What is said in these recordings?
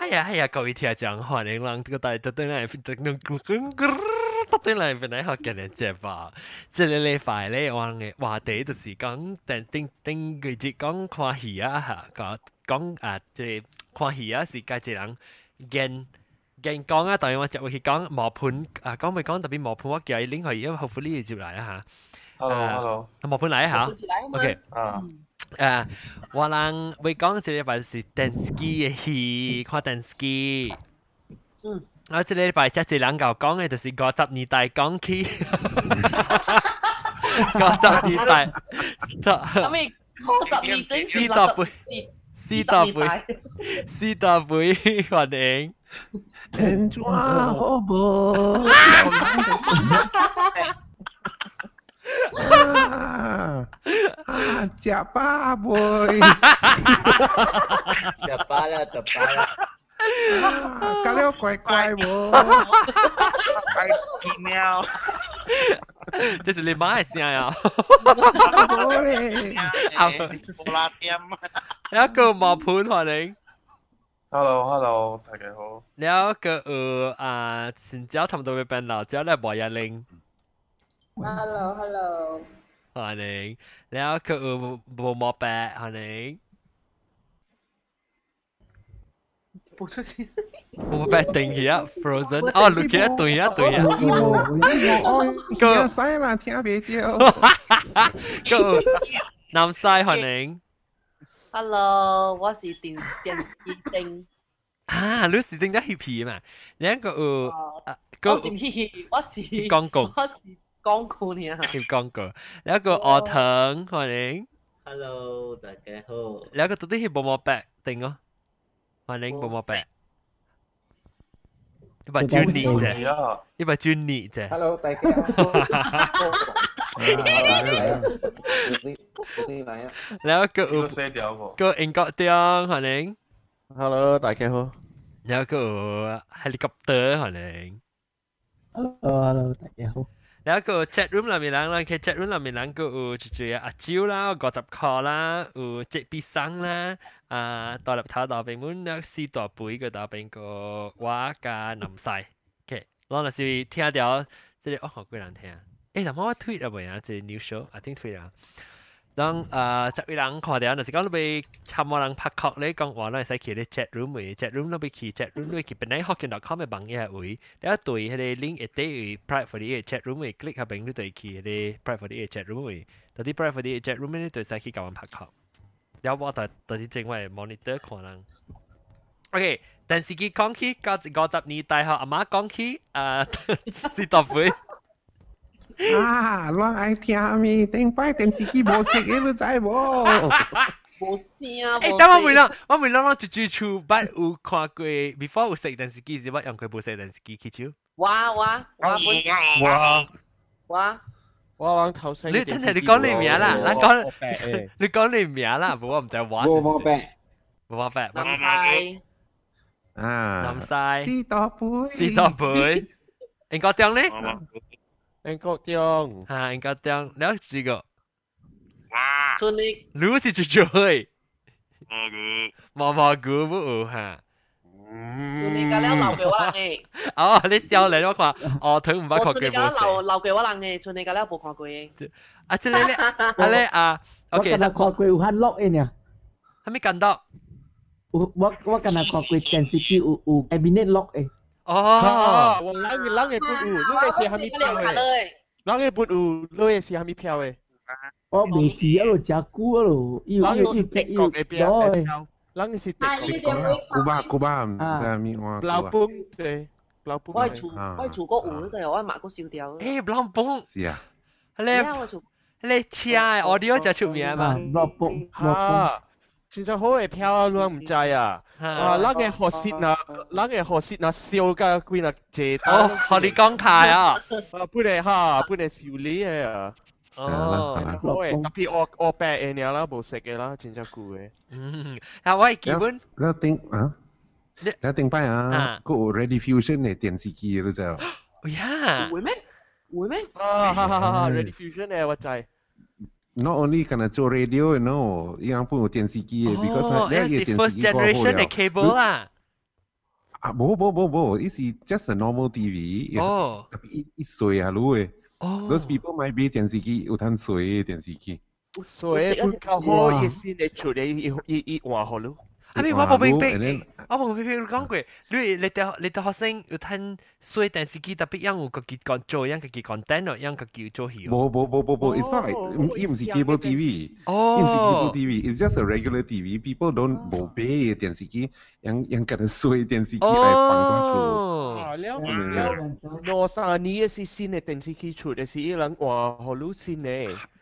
哎呀哎呀，各位听讲话，你让这个大家等来，等等咕咕咕。特登嚟本嚟學嘅人接吧，即係你快咧話嘅話題就是講定定定佢只講看戲啊嚇，講講啊即係看戲啊是家一人見見講啊，當然我接會去講磨盤啊，講咪講特別磨盤我叫伊拎去，因為 hopefully 要接嚟啦 Hello Hello，嚇，磨盤嚟嚇，OK 啊，誒，話人會講一禮拜是電視機嘅戲，看電視機。嗯，我即礼拜七至两嚿讲嘅就是五十二大讲起，五十二大，咁你我十二整知是道六背四大十杯，二四大杯欢迎，天主啊，好无？啊啊，食饱未？ tập ba là tập ba là 啊，加了乖乖无？太奇妙，这是你妈嘅声啊！无咧，无啦点，一个毛盘欢迎， Hello Hello，大家好，一个呃啊，前朝差唔多要变老朝咧，冇一零 Hello Hello，欢迎，一个呃冇毛白欢迎，播出先。冇毛白定嘢啊，frozen Ờ, 哦，录起啊，对啊，对啊。伊无伊无，個个西人听袂着。 Go，南西欢迎 Hello，我是电电视丁，啊！你是正得 hippy 嘛？你一个呃哦啊我个是我是公公我是光顾你啊。要讲过，你一个学堂欢迎， hello đại gia hô 你一个到底系冇冇白定哦？欢迎冇冇白，一百九年你啫，啊，一百九年啫。 Hello，大家好。来啊！你一个你个呃西条无？个英国tiếng 欢迎， Hello，大家好。你一个呃 helicopter 欢迎。 Hello，Hello，大家好。 แล้วก็ chat room เรามีร้านเราแค่ chat room เรามีร้านก็อูจุจุอาจิวแล้วก็จับคอละอูเจ็บปีสังละอ่าต่อหลับเท้าต่อไปมุ้นแล้วซีต่อปุ๋ยก็ต่อเป็นก็ว่าการนำใส่โอเคลองหน่อยสิที่เดียวจะได้ออกของกูหลังเทียเอ๊ะแต่ว่าทวีตอะไรนะจะ new à, show I think ทวีตแล้วต้องอ่าจากอีหลังขอเดียวหน่อยสิก็เราไปทำวันหลังพักคอกเลยกองหัวหน่อยใส่เขียนใน chat room หรือ chat room เราไปขี่ chat room ด้วยขี่เป็นไนท์ฮอกเกนดอทคอมไปบังแย่อุ๋ย แล้วตัวให้ได้ลิงก์เอเตอ Pride 48 chat room เอ click เข้าไปดูตัวคีให้ได้ Pride 48 chat room เอตอนที่ Pride 48 chat room นี่ตัวใส่คีกับมันพักเขาแล้วว่าตอนตอนที่เจริงไว้ monitor ของนังโอเคแต่สิ่งที่ของคีก็จะก็จับนี้แต่เขาอาม่าของคีอ่ า สิต่อไป 啊，乱爱听咪，顶摆电视机无识，你知无？冇声啊！ เอ้ย 冇 แต่ว่า 聲 ไม่ละว่าไม่ละเราจู่จู่ชูบัดอูคว้ากู before อูเซ็กแต่สิ่งที่ว่ายังกูไม่เซ็กแต่สิ่งที่คิดชู 哇哇哇哇，哇！我往头先你等下你講你名啦，咱講诶，你講你名啦，不過唔使話冇冇病，冇話白，南冇西啊諗，晒。四大杯，四多倍。英國tiếng Ờ. 咧，英国中，嚇英國tiếng，你有幾個？哇，村你你是最最，那个，毛毛菇不有嚇。村你家了留俾我人嘅，哦，你笑嚟我看，哦，頭唔捌我看村你佢家留冇事。留俾我人嘅，村你家了冇看過嘅。啊，即係咧，啊咧啊 à, 我，OK，今日過過有 hard lock 嘅呢。係咪近到？我我今日過過電視機有有 cabinet lock 嘅。Ờ. 哦，我啷个啷个不有，你也是哈咪我村你票家了有看诶，嘞啷个不有，你也是哈咪票诶，我未試一路食菇一路，要要要踢要攞嘅。啷个是德国古巴古巴唔知咪我老本对，老本，我係廚啊我係廚哥湖嗰度，我係麻哥笑掉。誒，不能崩，是啊，咩你啊？我廚你聽 audio 就出名嘛啊，，落波落哈，真正好诶票，你唔知啊，啊，嚇。啷个合适呐，啷个合适呐，烧噶贵呐，这，哦，學你講太啊，啊，本来哈，本来少你诶，哦，好诶，特别我我白诶，你啦，冇食嘅啦，真正贵诶，嗯，啊，我係基本， แล้วติงอ่ะแล้วติงไปอ่ะกู ready fusion ใน电视机รู้จัก 呀，會咩？會咩？啊，哈哈哈，Ready Fusion 诶，我知。 not only กันนะ做 radio you know ยังพูด电视机 because 哦， แล้ว 那有是电视 first 机 generation 嘅 cable 啦。啊，无无无无，伊是 just a normal TV，哦特别一一水啊，路诶哦， ，those people 买买电视机有通水的电视机，所以不够 Dạ vâng. 好，也是你出嚟一一一换好咯。啊，咪我冇明白，我冇明白你講過，你你哋你哋學生有睇衰電視機特別樣有個結講做樣個結 content 咯，樣個叫做戲。无无无无无，it's not like 伊毋是 cable TV。伊毋是 cable 哦， TV，it's just a regular TV。People don't 无买的电视机，用用搿个水电视机来放哦，Dạ 了 vâng. 大出。我三年也是新的电视机出，但是一人换好咯新的。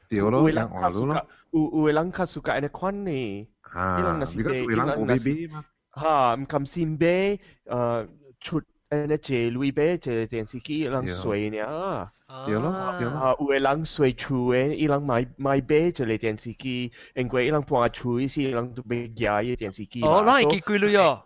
对咯，人话咯咯，有有人较 suka 呢款呢，啊，because Ah, 有人有买买嘛，哈，唔甘心呗，呃，出呢这类呗，这电视机一人水呢啊。对咯对咯啊，有的人睡厝诶，伊人买买杯就嚟电视机，因为伊人搬厝，伊是伊人都被压伊电视机嘛。哦，那係所以結鬼女哦，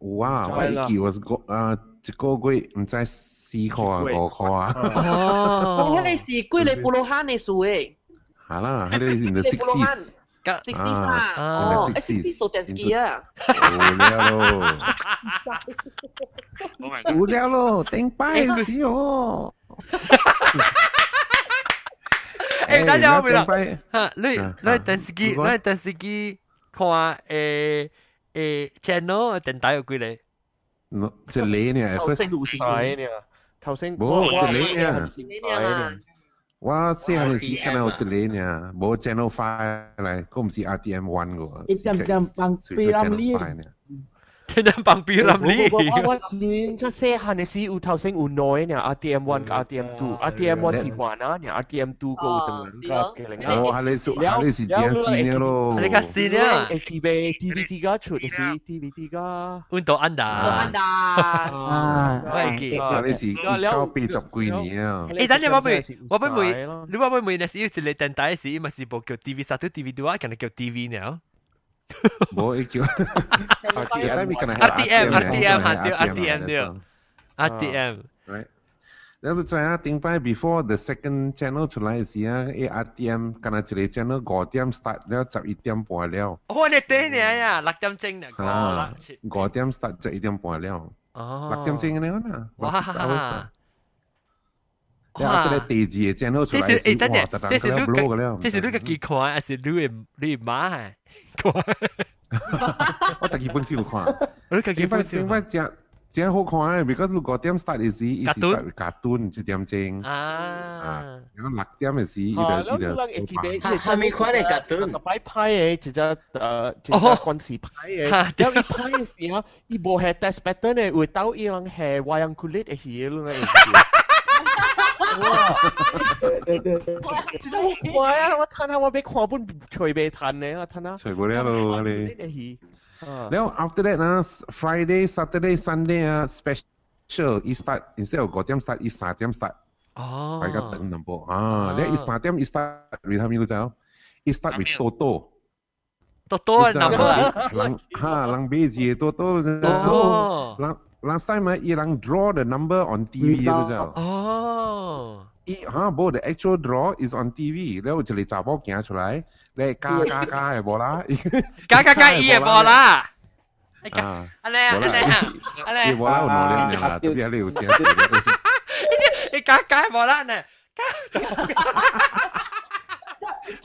有啊，我以前我是个啊一个月毋知四箍啊五箍啊，Uh. 哦，我哋是归嚟布魯克尼數嘅哈啦，迄个是 in the sixties，À. ，sixty 啊三，啊哦 in the 60s ，sixty 數電視機啊，有了咯， Oh my god. 有了咯，顶摆是哦。嚇，你啦，啊你啊電視機，如你果電視機看誒誒 channel 電台有鬼嚟，一个呢 Oh, 頭先，first，有台呢，頭先无我我一个呢。你哋啊嘛，我细汉时间有一个尔，无 Channel Five 来，佫毋是 RTM One 个，一点点帮是被 Channel 让你， Five 尔。天天放表冧你，我我我前出細行嘅時有頭先有內呢，RTM one 同 RTM two，RTM one 是還啊，呢 RTM two 個等嘅另哦，还是还是真是呢咯。你個線啊， T V T V T 家出嘅時，T V T 家。揾到安 À. 達安。達， 啊，我係記，啊，你是交八十几年啊？誒等陣我咪我咪咪，你話咪咪那時要一個電台時，咪是無叫 TV 殺到 TV 度啊，今日叫 TV 了。无伊叫 eh. RTM Right. 你不知影顶摆 before the second channel 出来时啊，诶 RTM 敢若一个 channel 五點 start 了，十一點半了，哦，你第一年呀，六點鐘就過啦啊。五點 start 十一點半了，哦，六點鐘咁樣啊，六 six hours 啊哇！然後這哇個！地址嘅 channel 出這來是時誒，等哇，陣，突然這是間你 blow 㗎了個，這是你個幾看，還是你嘅你嘅媽係？看，我特意本身有看，你個幾點解分笑點解正正好看啊？because 你五點 start 嘅時，伊是 Cartoon？À. start with cartoon 一點鐘，啊？然後六點嘅時，伊就啊，伊就 แล้วเราเอกี播เบ放 ถ้าถ้ามีคนในการ์ตูน กับไปไพ่เอจะจะเอ่อจะ โอ้โห จะคนสีไพ่เอ ฮะ แล้วอีไพ่เสียอีโบแฮร์เตสแพทเทิร์นเนี่ยอุ้ยเต้าอีหลังแฮร์วายังคุลิตไอ้เหี้ยเรื่องอะไรอีกที 对对对， จะจะว่าควายอะว่าท่านอะว่าไปควายบุญช่วยเบทันเนี่ยอะท่านนะ 隨便了咯，你。 ไอ้เหี้ยอ่า Now after that ah, s- Friday, Saturday, Sunday ah, special. It start instead of 5 start, it 3 start. 哦， I got turn number. Ah, then it 3 it start with how many you know? It E start with How many? Toto. 多多嘅 It's start number。 with lang- ha, lang beji Toto. you know. 哦 Lang- Last time, ah, it lang draw the number on TV. you know. 哦， It, ha, bo, the actual draw is on TV. Then 我就嚟查波行出嚟，咧加加加嘅波啦，加加加二嘅波啦。哎加啊，阿叻阿叻阿叻，嘅波啦，我哋啦，特別你要聽。你加加波啦呢？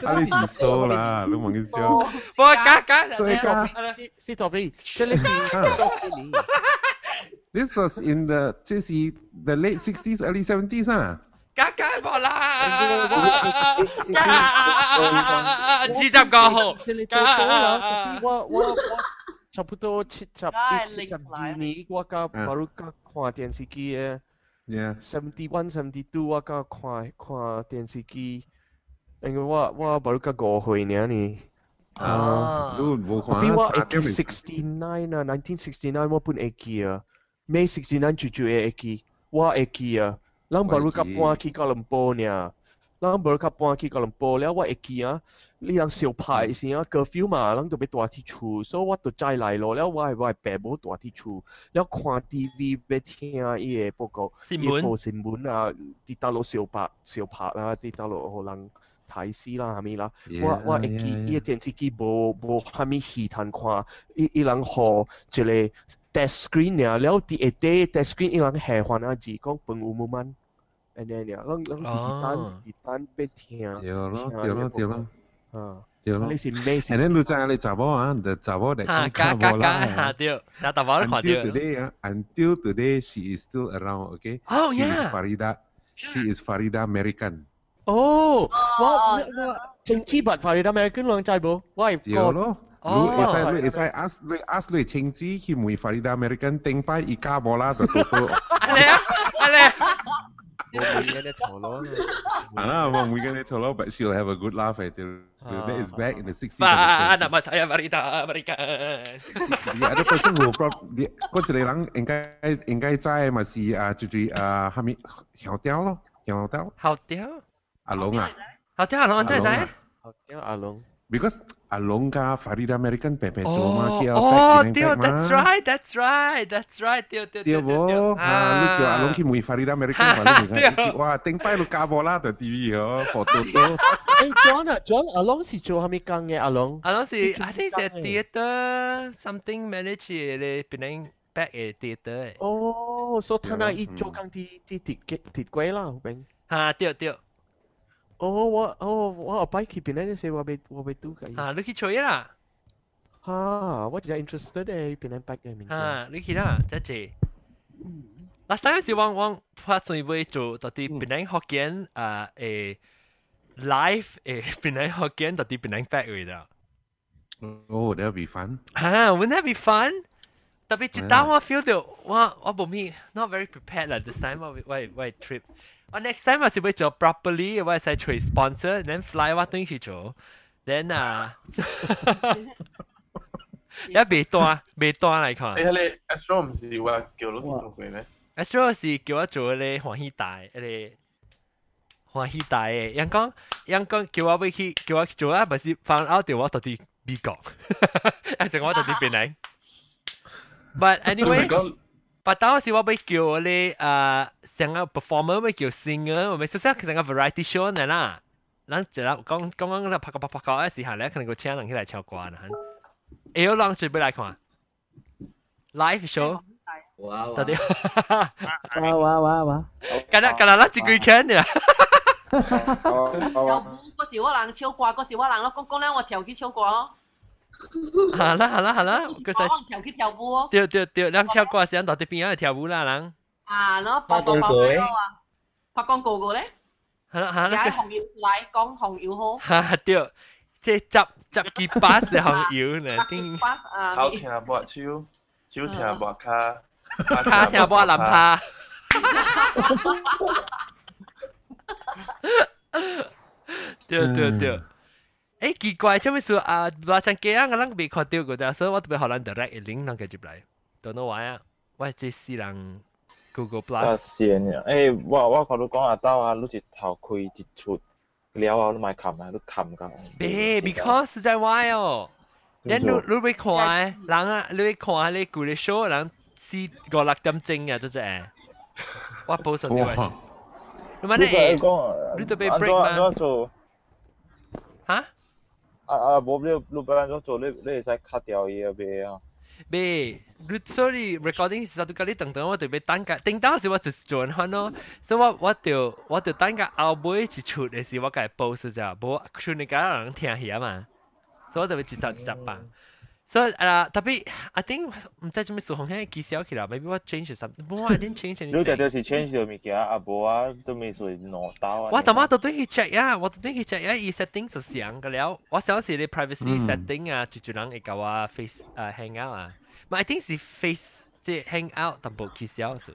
啊，你是收啦，你问佢收。我加加，所以加阿叻 สิตอบดิจะเล่นสิ 啊 ตอบดิ This was in the 这是 the late sixties, early seventies 啊。加加波啦，加二十個號。 จะเลยตัวโตแล้วพี่ว่าว่าว่า差不多七十 ได้ 七 ลิง สิ ก์ บ ไลน์ นี้ว่าก็ อ่ะ บารุก็ขวาเตียนสิกี้เอ Yeah， seventy one seventy two ว่าก็ขวาขวาเตียนสิกี้เองว่าว่าบารุก็โกหวยเนี่ยนี่ 哦都冇看 พี่ว่า 啊， eighteen sixty nine นะ nineteen sixty nine ว่าปุ่นเอกีอ่ะ May sixty nine จู่ๆเอกีว่าเอกีอ่ะแล้วบารุก็ปัวขี้กัลลัมโปเนี่ยแล้วบารุก็ปัวขี้กัลลัมโปแล้วว่าเอกีอ่ะเรื่องเสียวพายสิอ่ะเกิร์ฟิวมาแล้วตัวไปตัวที่ชู so ว่าตัวใจไหลโลแล้วว่าว่าแปะโบตัวที่ชู แล้วควาทีวีไปเที่ยอีเอปกติ 新一聞部成本啊，跌得落小白小白啦，跌得落可能睇師啦，係咪啦？我我一記一電視機冇冇係咪戲談看，一一人何就嚟 test screen เนี่ยแล้วที่เอเด test screen อีหลังแห่หวานอาจีกล้องเปิงอุโมงมันอันนี้เนี่ยแล้วแล้วที่ที่ตัน อ๋อ ที่ที่ตันเป็นเทียง เดี๋ยวรอเดี๋ยวรอเดี๋ยวรอ อ่า เดี๋ยวร อั อน นี้สิเมสิ ไอ้นั่นรู้จักอะไรจาบอ่ะแต่จาบอแต่ อ่า ข้าง กากาข้างบอล กาหาเดียวแต่แต่ว่าขอเดีย until ว today อ่ะ until today she is still around okay oh she yeah is Farida she is Farida American โอ้ อ๋ ว่า อ ว่าเชงชี่บัตรฟาริดาแมริกันลองใจบ่ว่าไอ้ เดี๋ย ก่ ว อน รอ อ๋อ รู้ไอ้ไซรู้ไอ้ไซ ask เลย ask เลยเชงจีคิมวย Farida American เต็งไปอีกาบอลาตัวตัว ตัว อะไรอะอะไรอะ อ่ะมองวิ่งกันเลยทะเลาะ but she'll have a good laugh I tell you Ah. that is back in the 60s and the 70s. Pak, nama saya Farida Amerikan. the other person who prob the คนจะได้รัง应该应该在嘛是啊就是啊哈咪小雕咯小雕 How dia? 阿龙啊 How dia Ah, orang cai cai? เนี่ยอาลง because 阿龙噶 Farida American 白白做嘛 Oh, KL oh, tag dia, tag that's 嘛 right, that's right, that's right, dia, dia, 对 dia, dia, 不 dia. 啊你叫阿龙去梅 Farida American 反 正你看哇顶摆都加波啦在 TV 哦好多多 เอ้ยจอนอ่ะจอนอาลงสิโจฮามิกังไงอาลง Alam si, Dia I think it's a cakap, eh. theater, something manage le Penang back a theater. eh. โอ้โซทานา เดี๋ยอีวนะ โจกังที่ที่ติดเกติดไกวล่ะเบง Ha, dia, dia. โอ้ว่าโอ้ว่าเอาไปคิดเป็นนั่นเซว่าไปว่าไปตู้กัน Ha, lu ki cuy lah. ฮ่าว่าจะ interested เอ้ยเป็นนั่นไปกันมิง Ha, lu ki lah, jadi. Last time si Wang Wang pas ni boleh tu, tadi Penang Hokkien, ah, eh, live eh Penang Hokkien, tadi Penang back weh dah. oh that'll be fun 啊，Wouldn't Ah, that be fun？特別接單 Yeah. 我 feel 到，哇！我冇咩，not very prepared 啦。This time 我我我 trip，我 next time 我是會做 properly，我係使除 sponsor，then fly 我等去做，then uh, 啊，一未單未單嚟看誒，你 Astro 唔是話叫攞啲做佢咩？阿 s u 是叫我做咧歡喜大，咧歡喜大嘅。人講人講叫我要去，叫我去做啊，咪是 found out 到我到底美 國，還是我到底邊嚟？But 你咪 anyway。講 ปัตตาว่าสิว่าไปเกี่ยวเลยเอ่อเสียงอ่ะ performer ไปเกี่ยว singer ว่าไม่ใช่เสียงเสียงอ่ะ variety show นั่นล่ะหลังจากนั้นกงกงกงแล้วพักก็พักก็ไอ้สิหาแล้วคันก็เชื่อหลังที่ไหนเชียวกว่านะฮะเอ๋ลองจุดไปไหนก่อน live show ว้าว ต อนนี้ ว้าว้าว้าว้า กันละกันละละจุดกี่แค่เนี่ย 跳舞嗰時我人超掛，嗰時我人咯，講講咧我跳起超掛咯， หาละหาละหาละ 我 ก็ใส่ 人跳起跳舞哦， เดี๋ยวเดี๋ยวเดี๋ยวหลังเชียวกว่าเสียงต่อที่ปีนั้นเที่ยวบุล่ะหลัง 啊，然後包包包包啊，拍廣告個咧， หาละหา 也 ละ 係紅油嚟講紅油好， หาเดี๋ยวเจ๊จับจับกี่บัสเนี่ยของอิ๋วเนี่ย 百 ติ้ง 幾巴啊，口聽下波超，超聽下波卡， พาเที่ยวบ่ลำพา 对对对。诶，奇怪，做咩说啊？拉长鸡啊，我啷被看到个的，所以我特别好难 direct 一零啷个入来，don't know why 啊，我这是人 Google 啊 Plus 先啊！誒，我我覺得講阿兜啊，你一頭開一出，了後你咪冚啊，你冚噶。 ，be because 是在 why 哦，你你你被看，人啊，你被看你鼓励 show 人四五六點鐘啊，就只，我保守啲位哇，你問你你誒係講，你就被安 break 怎嘛安怎做？嚇？啊啊，無你你要安怎做？你你會使卡掉伊個袂啊？ Babe, good sorry recording 是都跟你等等，我特别等个，等到时我就是转翻咯，所以我我就我就等个后尾一出的时我该 post 着，无像你家人听起嘛，所以我特别一集一集吧。所以啊，特别 I think 唔知做咩事，红喺记小起啦，maybe 我 change something，不过 I didn't change 你直 anything。直是 change 着物件，啊無啊，都咪是兩兜啊。我他妈都对去 check 呀，我都对去 check 呀，伊 setting 就上个了，我想是你 privacy 嗯 setting 啊，就就人会甲我 face 啊 hang out 啊，嘛 I think 是 face 即 hang out 但无取消是，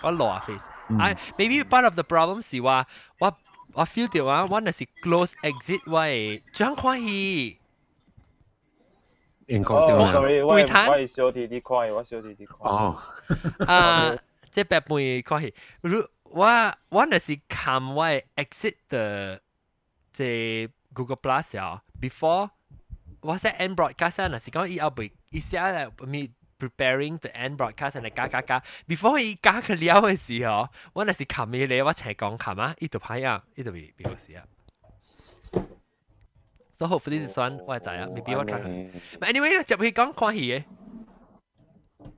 我落啊 face，I maybe part of the problem 是话我我 feel 到啊，我若是 close exit 我会真欢喜， เองก็ 哦 เดียวนะ sorry，我鬼談我小弟弟看，我小弟弟看。 อ๋อ 啊，即白半欢喜，如我我若是 come 我会 exit the 即 Google Plus 了，before 我在 end broadcast 啊，若是讲伊后袂，伊写咧 me preparing the end broadcast 来加加加，before 伊加去了的时候，我若是冚伊咧，我才讲冚啊，伊就歹啊，伊就袂袂好势啊。So hopefully this one 我会知啊，maybe 我 try 下。But anyway 接去讲欢喜嘅，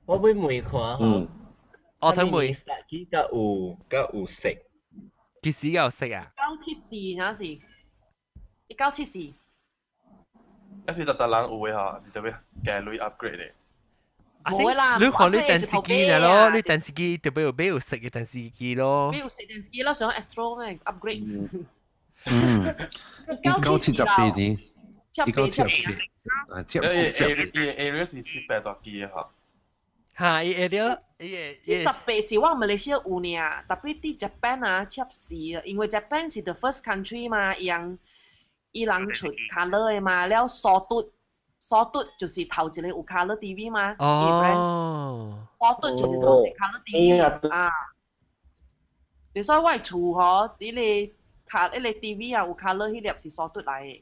我要问看嗯吼，我睇梅杀鸡甲有甲有食，幾時有食啊？九七四那是，一九七四，一是特特冷 會嚇，是特別嘅女 upgrade 嚟。 I 冇啦 think- 你可能我 upgrade 你電視就頭機機嚟咯，啊你電視機特別有俾有食嘅電視機咯比。如食電視機咯，上 Astro 咩 upgrade，嗯，一九七十八年，年，七一九七十十八八年，年啊，七因為十七 A A A 是四百多機嘅嚇，嚇！伊會了，伊會啲伊十會八是我唔係你先有呢啊，特別啲 Japan 啊，七十啊，因為 Japan 是 the first country 嘛，人伊人出 colour 嘅嘛，了所嘟所嘟就是頭一個有 colour TV 嘛，哦。所嘟就是頭一個 colour 哦 TV 啊，你所以我係厝嗬，啲你卡啲你 TV 啊有 colour 迄粒是所嘟嚟嘅，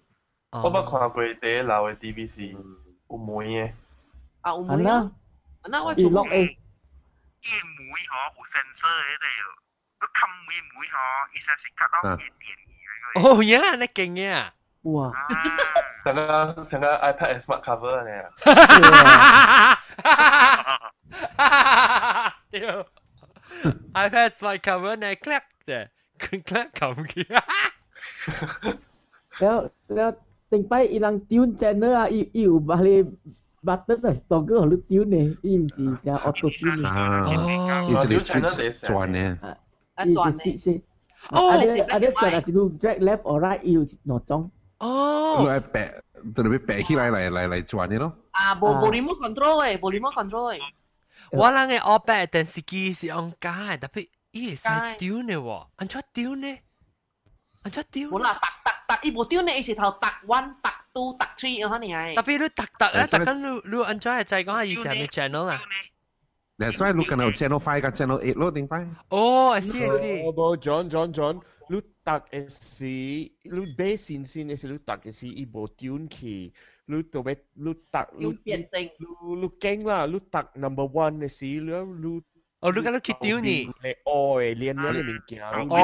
我捌看過第一流嘅 TV 是有妹嘅，啊有冇 อันน่ะ 啊？อันนั้นว่า อี จุ่ม ล็อกเอง 一每嗬有 sensor 喺度，都冚每每嗬，其實是隔到一點哦呀，你勁嘅啊！ ว้า 啊。成個成個 iPad 嘅 smart cover 嚟啊！ 屌！iPad Smart Cover 呢 clap 啫，clap 咁嘅。 แล้วแล้วติงไปอีหลังติวนแจนเนอร์อ่ะอีอิวบาเลบัตเตอร์น่ะสตอกเกอร์หรือติวนเนี่ยอีมสีจะออโต้ติวนเนี่ย 啊，哦伊哦这里有 China 的也是是转呢， อัน อี จวน จะ เล สิ ย เช่ โอ้ อันเดอ Oh, black อันเดอ and จะสิดู drag left or right อีหนอจ้อง 你哦，爱白，特别白起来来来来转呢咯， อ่าโบ อ่า โบริโมคอนโทรลเว้ยโบริโมคอนโทรลเว้ย 我諗嘅 all bad 電視機是 on 街，特別伊係使屌呢喎，安怎屌呢？安怎屌？ หมุนหล่ะตักตักตักอีโบติ้วเนี่ยไอ้สีเทาตักวันตักตูตักทรีเอาเท่านี้ไง 特別你突突咧，突緊你你安怎係就係講下以前嘅 channel 啦。但系你看到 channel five 跟 channel eight 咯，顶摆，哦，I see I see。 บ่ John John John ลูกตักเอซีลูกเบสซินซินเอซีลูกตักเอซีอีโบติวนคีลูกตัวเบสลูกตัก ยู ลูก เปลี่ยนเซ็ง ลูกลูกเก่งล่ะลูกตัก number one เอซีแล้วลูก 哦，你講你決屌呢？ เลยโอ้ยเรียนเนื้อเลยหนึ่ Ừ. งเกี่ยว Ờ. 哦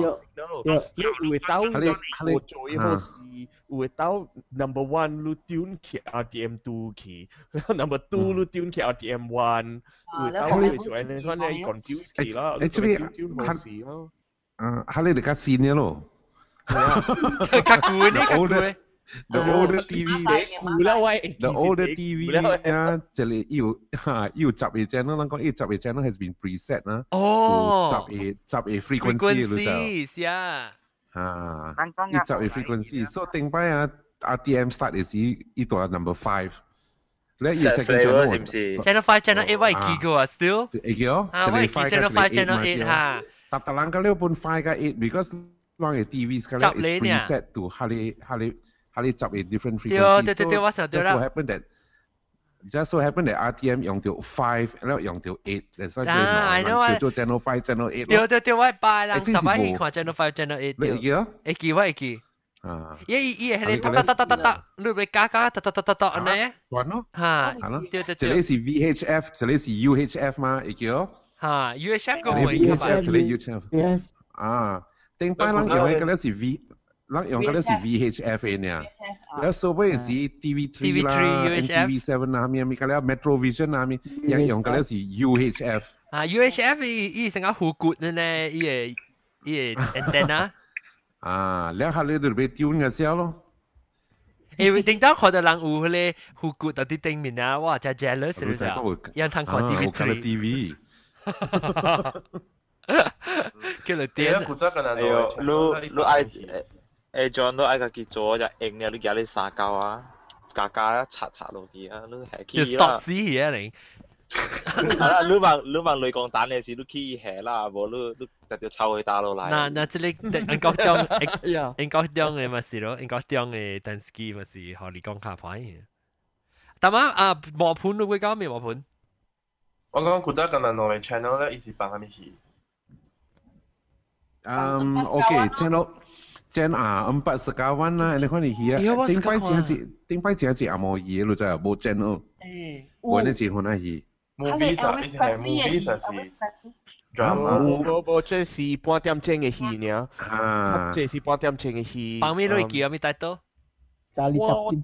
เยอะ No. Yeah. Lu ue tau Halik- nas halik- bocor eh, bos. Ha. I- ue tau number one lu À, tune ke RTM two ke. Number two Hmm. lu tune ke RTM one. อ่า Ue แล้ว tau ของ ue ไอ้ tu ane kan ai confuse ke Act- lah. Lu actually, kena tune-tune Han- hosi lah. 啊，哈你哋家线呢咯較舊呢，較舊呢。อ่，the า older TV ใส่ไง Ku มา lah wai. Oh. The older TV Ku lah wai. 啊，这里要哈要集嘅 channel，咱講要集嘅 channel has been preset 啦，哦要集嘅集嘅 frequency 嗰度 Oh. ，frequency 是啊。啊，人講要集嘅 frequency。所以頂擺啊，RTM start is 依依度係 number five，咧要 Set second flavor channel Eh, 是唔是 Channel Five Channel Eight 我係啊記過啊，still。係叫啊，我係記 Channel Five Channel Eight 嚇。搭搭冷嘅六半 five 加 eight，because 當嘅 TV 嘅集你咧 is 呢 preset to 哈你哈你哈你集嘅 different 對哦 frequency。對對對，我想對 Just so 啦。 happen that just so happen that RTM 用到 five，然後用到 eight，that's why 啊，I Ah, know 啊叫做 channel five channel eight 對咯。對對，我係拜人， Actually 但係是去冇看 Channel Five Channel Eight 你對。記啊？會記我會記，啊，伊伊伊係啊你你突講突得突突突突，你咪加加突突突突突安尼轉咯，嚇。係咯。對對這裏對，是 VHF，這裏是 UHF 嘛，你記啊？嚇 UHF 個這裏會㗎 VHF 嘛？ VHF，這裏 UHF yes 啊。頂擺人用嘅嗰啲是 V，人用嗰啲是 VHF 嘅呢。Ah. แล้วซูเปอร์สี TV3 TV3 ละ UHF MTV7 นะมีมีกันแล้ว Metro Vision lah, นะมี Mm-hmm. ยังอย่างกันแล้วสี UHF 啊，UHF 伊伊成個好 good 嘅呢，伊嘅伊嘅 antenna。 อ่าแล้วฮาเลยเดูไปติวนกันเสียแล้ว 誒，會叮當看到人有咧好 good 到啲頂面啊，哇！真 jealous รู้จักก็ 了， อุด 有人睇看 อ่าอุดกัน แล้ว TV3， ทีวี 叫做第一點啊古早跟人哎攞呦嘅，channel 你一百你愛多機誒誒 John 你愛家己做就用嘅，你家你撒膠啊，家家擦擦落去啊，你係叫去索啦。屎嘢嚟。係啦，你問你問雷公蛋嘅事，你去下啦，無你你直接抽去打落嚟。嗱嗱，即係你英國中 Yeah. 英國中嘅咪是咯，英國中嘅電視機咪是學你講卡牌嘅。但係啊，磨盤你會講咩磨盤？我講古早跟人攞嘅 channel 咧，伊是放乜嘢？ อืมโอเคเช่นแล้วเช่นอ่าอันปัสสกาวันนะอะไรคนนี้เฮีย เดี๋ยวว่า ติ้งไป สกาวัน เจียจีติ้งไปเจียจีอะโมยีรู้จักโบเจนเออ Eh. Oh. โบนี่จีคนน่ะฮี movie 啊，以前係 movie 啊，是 drama。 Drama. Bo- bo- bo- 即是半點鐘嘅戲呢。 อ่า 即是半點鐘嘅戲。放咩類 Um, 叫啊？咩 title？ Charlie Wow. Chaplin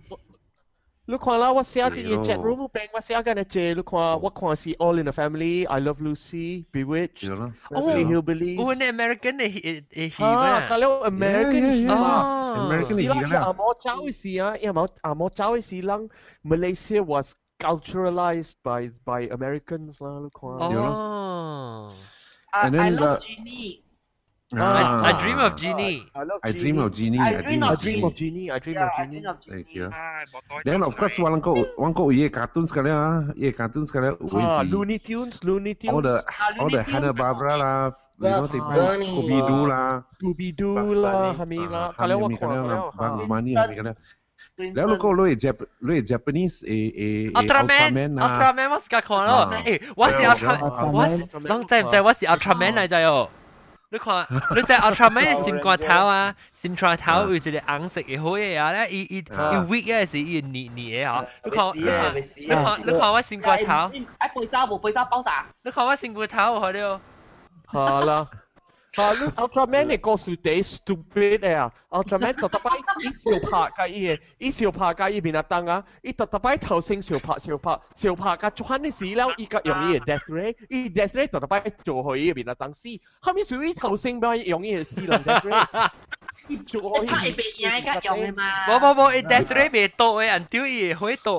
Look on lah, what sell the in chat Yo. room, bang, what sell gonna J. Look on, what can see All in the Family, I Love Lucy, Bewitched, เดี๋ยวนะ Beverly Oh. Hillbillies. โอ้ในอเมริกันในยเอเอฮี อ่า ว่า eh? ก็แล้ว American Yeah, yeah, yeah. อ๋อ Hero อเมริกันอีก Sila แล้ว yang mau cawe siya, yang mau yang mau cawe silang Malaysia was culturalized by by Americans lah lu kau. อ๋อ เดี๋ยวนะ Uh, And I then love the- Genie. I, อ่า I dream of genie Ah. I dream of genie I I dream dream of I of dream genie of genie. I dream Yeah, of I genie. dream of Thank Genie. you 哎，无多。 then of course ว่าลังก็ว่าลังก็เย่การ์ตูนกันแล้วเย่การ์ตูนกันแล้วโอ้ย Ah, สิ Looney Tunes, Looney all the Tunes, Uh, all Looney the Hanna Tunes. Barbera 啦 you know ติดไป Bunny Scooby Doo 啦 Scooby Doo Bugs lah, Bunny. Hami อ่า lah. ฮัน Kalau มี awak กัน kau แล้วนะ kalau บัง ah. สมานี่มีกันแล้ว Green แล้วลูกก็ Sun. ลุยเจลุย Japanese เอเอเอ อัลตร้าแมน Ultraman ah. นะ อัลตร้าแมนว่าสกัดของเรา อ่า เอ้ยว่าสิอัลตร้า Ultraman ว่าสิ Ultraman ลองใจมใจว่าสิอัลตร้าแมนไหนใจอ๋อนึกว่านึกใจอัลตร้าแมนสิมกว่าเท้าอ่ะสิมกว่าเท้าอยู่จะได้อังสิอีหัวเอ๋อแล้วอีอีอีวิกเอ๋สิอีหนีหนีเอ๋อนึกว่านึกว่านึกว่านึกว่าว่าสิมกว่า Yeah, เท้า in- in- I 肥皂，我肥皂包咋？ นึกว่าว่าสิมกว่าเท้าเขาเดียว 好啦，好啦，Ultraman 嘅故事第 stupid 嘅啊，Ultraman 特特擺伊小拍甲伊嘅，伊小拍甲伊面啊當啊，伊特特擺頭先小拍小拍小拍甲做翻啲事了，伊甲用伊嘅 death ray，伊 death ray 特特擺做去伊面啊當死，後面屬於頭先擺用伊嘅死人 death ray，伊做去伊你拍一邊嘢，而家用嘅嘛。 บ่บ่บ่ไอ้ death ray ไม่โตไอ้อันที่อีหัวโต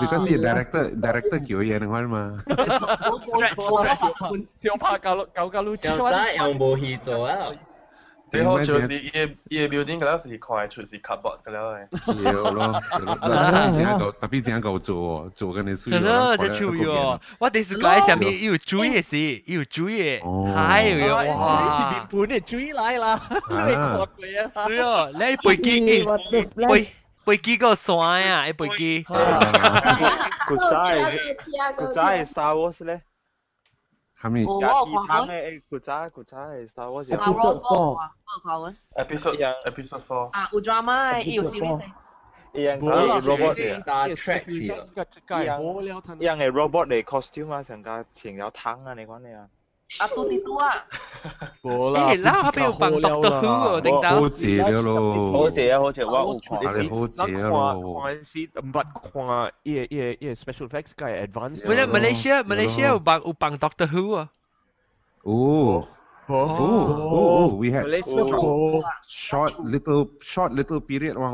because เอ "Ya, director director ya, เกี่ยวเย่นึงวันมา 我都發覺，小拍搞搞搞到又得又冇戲做啊！最好笑是伊个伊个 building 个了是看得出是 cardboard 个了的， เดี๋ยวรอแล้วพี่เจ้าก็พี่เจ้าก็จู่จู่กันในสุด 真的在秋哟，我第是讲下面有注意是，有注意，还有哟哇哇！，是面盤嘅追奶啦， 你看過啊？是 哟，来背机诶， What the flash 背背机个山呀，一背机，Ah, กูใจกูใจ Star Wars 咧 ฮามิ อยาก 我 กีทั้งไอ้กูใจกูใจ Star Wars อยาก Episode four. 我有看過。啊，有 episode Yeah. episode four drama， Episode 有 four。 series。 ยัง 冇 ไอ้ 啦， robot 已經 เนี่ย Star Trek 已經了梗係好了，睇 ยังไอ้ robot ใน costume 啊成架前有ทั้ง啊你講你啊啊，嘟嘟嘟啊。冇诶，然后边有帮 Doctor Who 哦，等到好字了咯，好似啊好似ว่า 好我你好字看咯，看先，唔係看依依依 special effects 梗係 advanced 本来 Malaysia Malaysia 有帮有帮 Doctor Who 啊， โอ้โอ้โอ้ Oh. we had short little short little period ว่า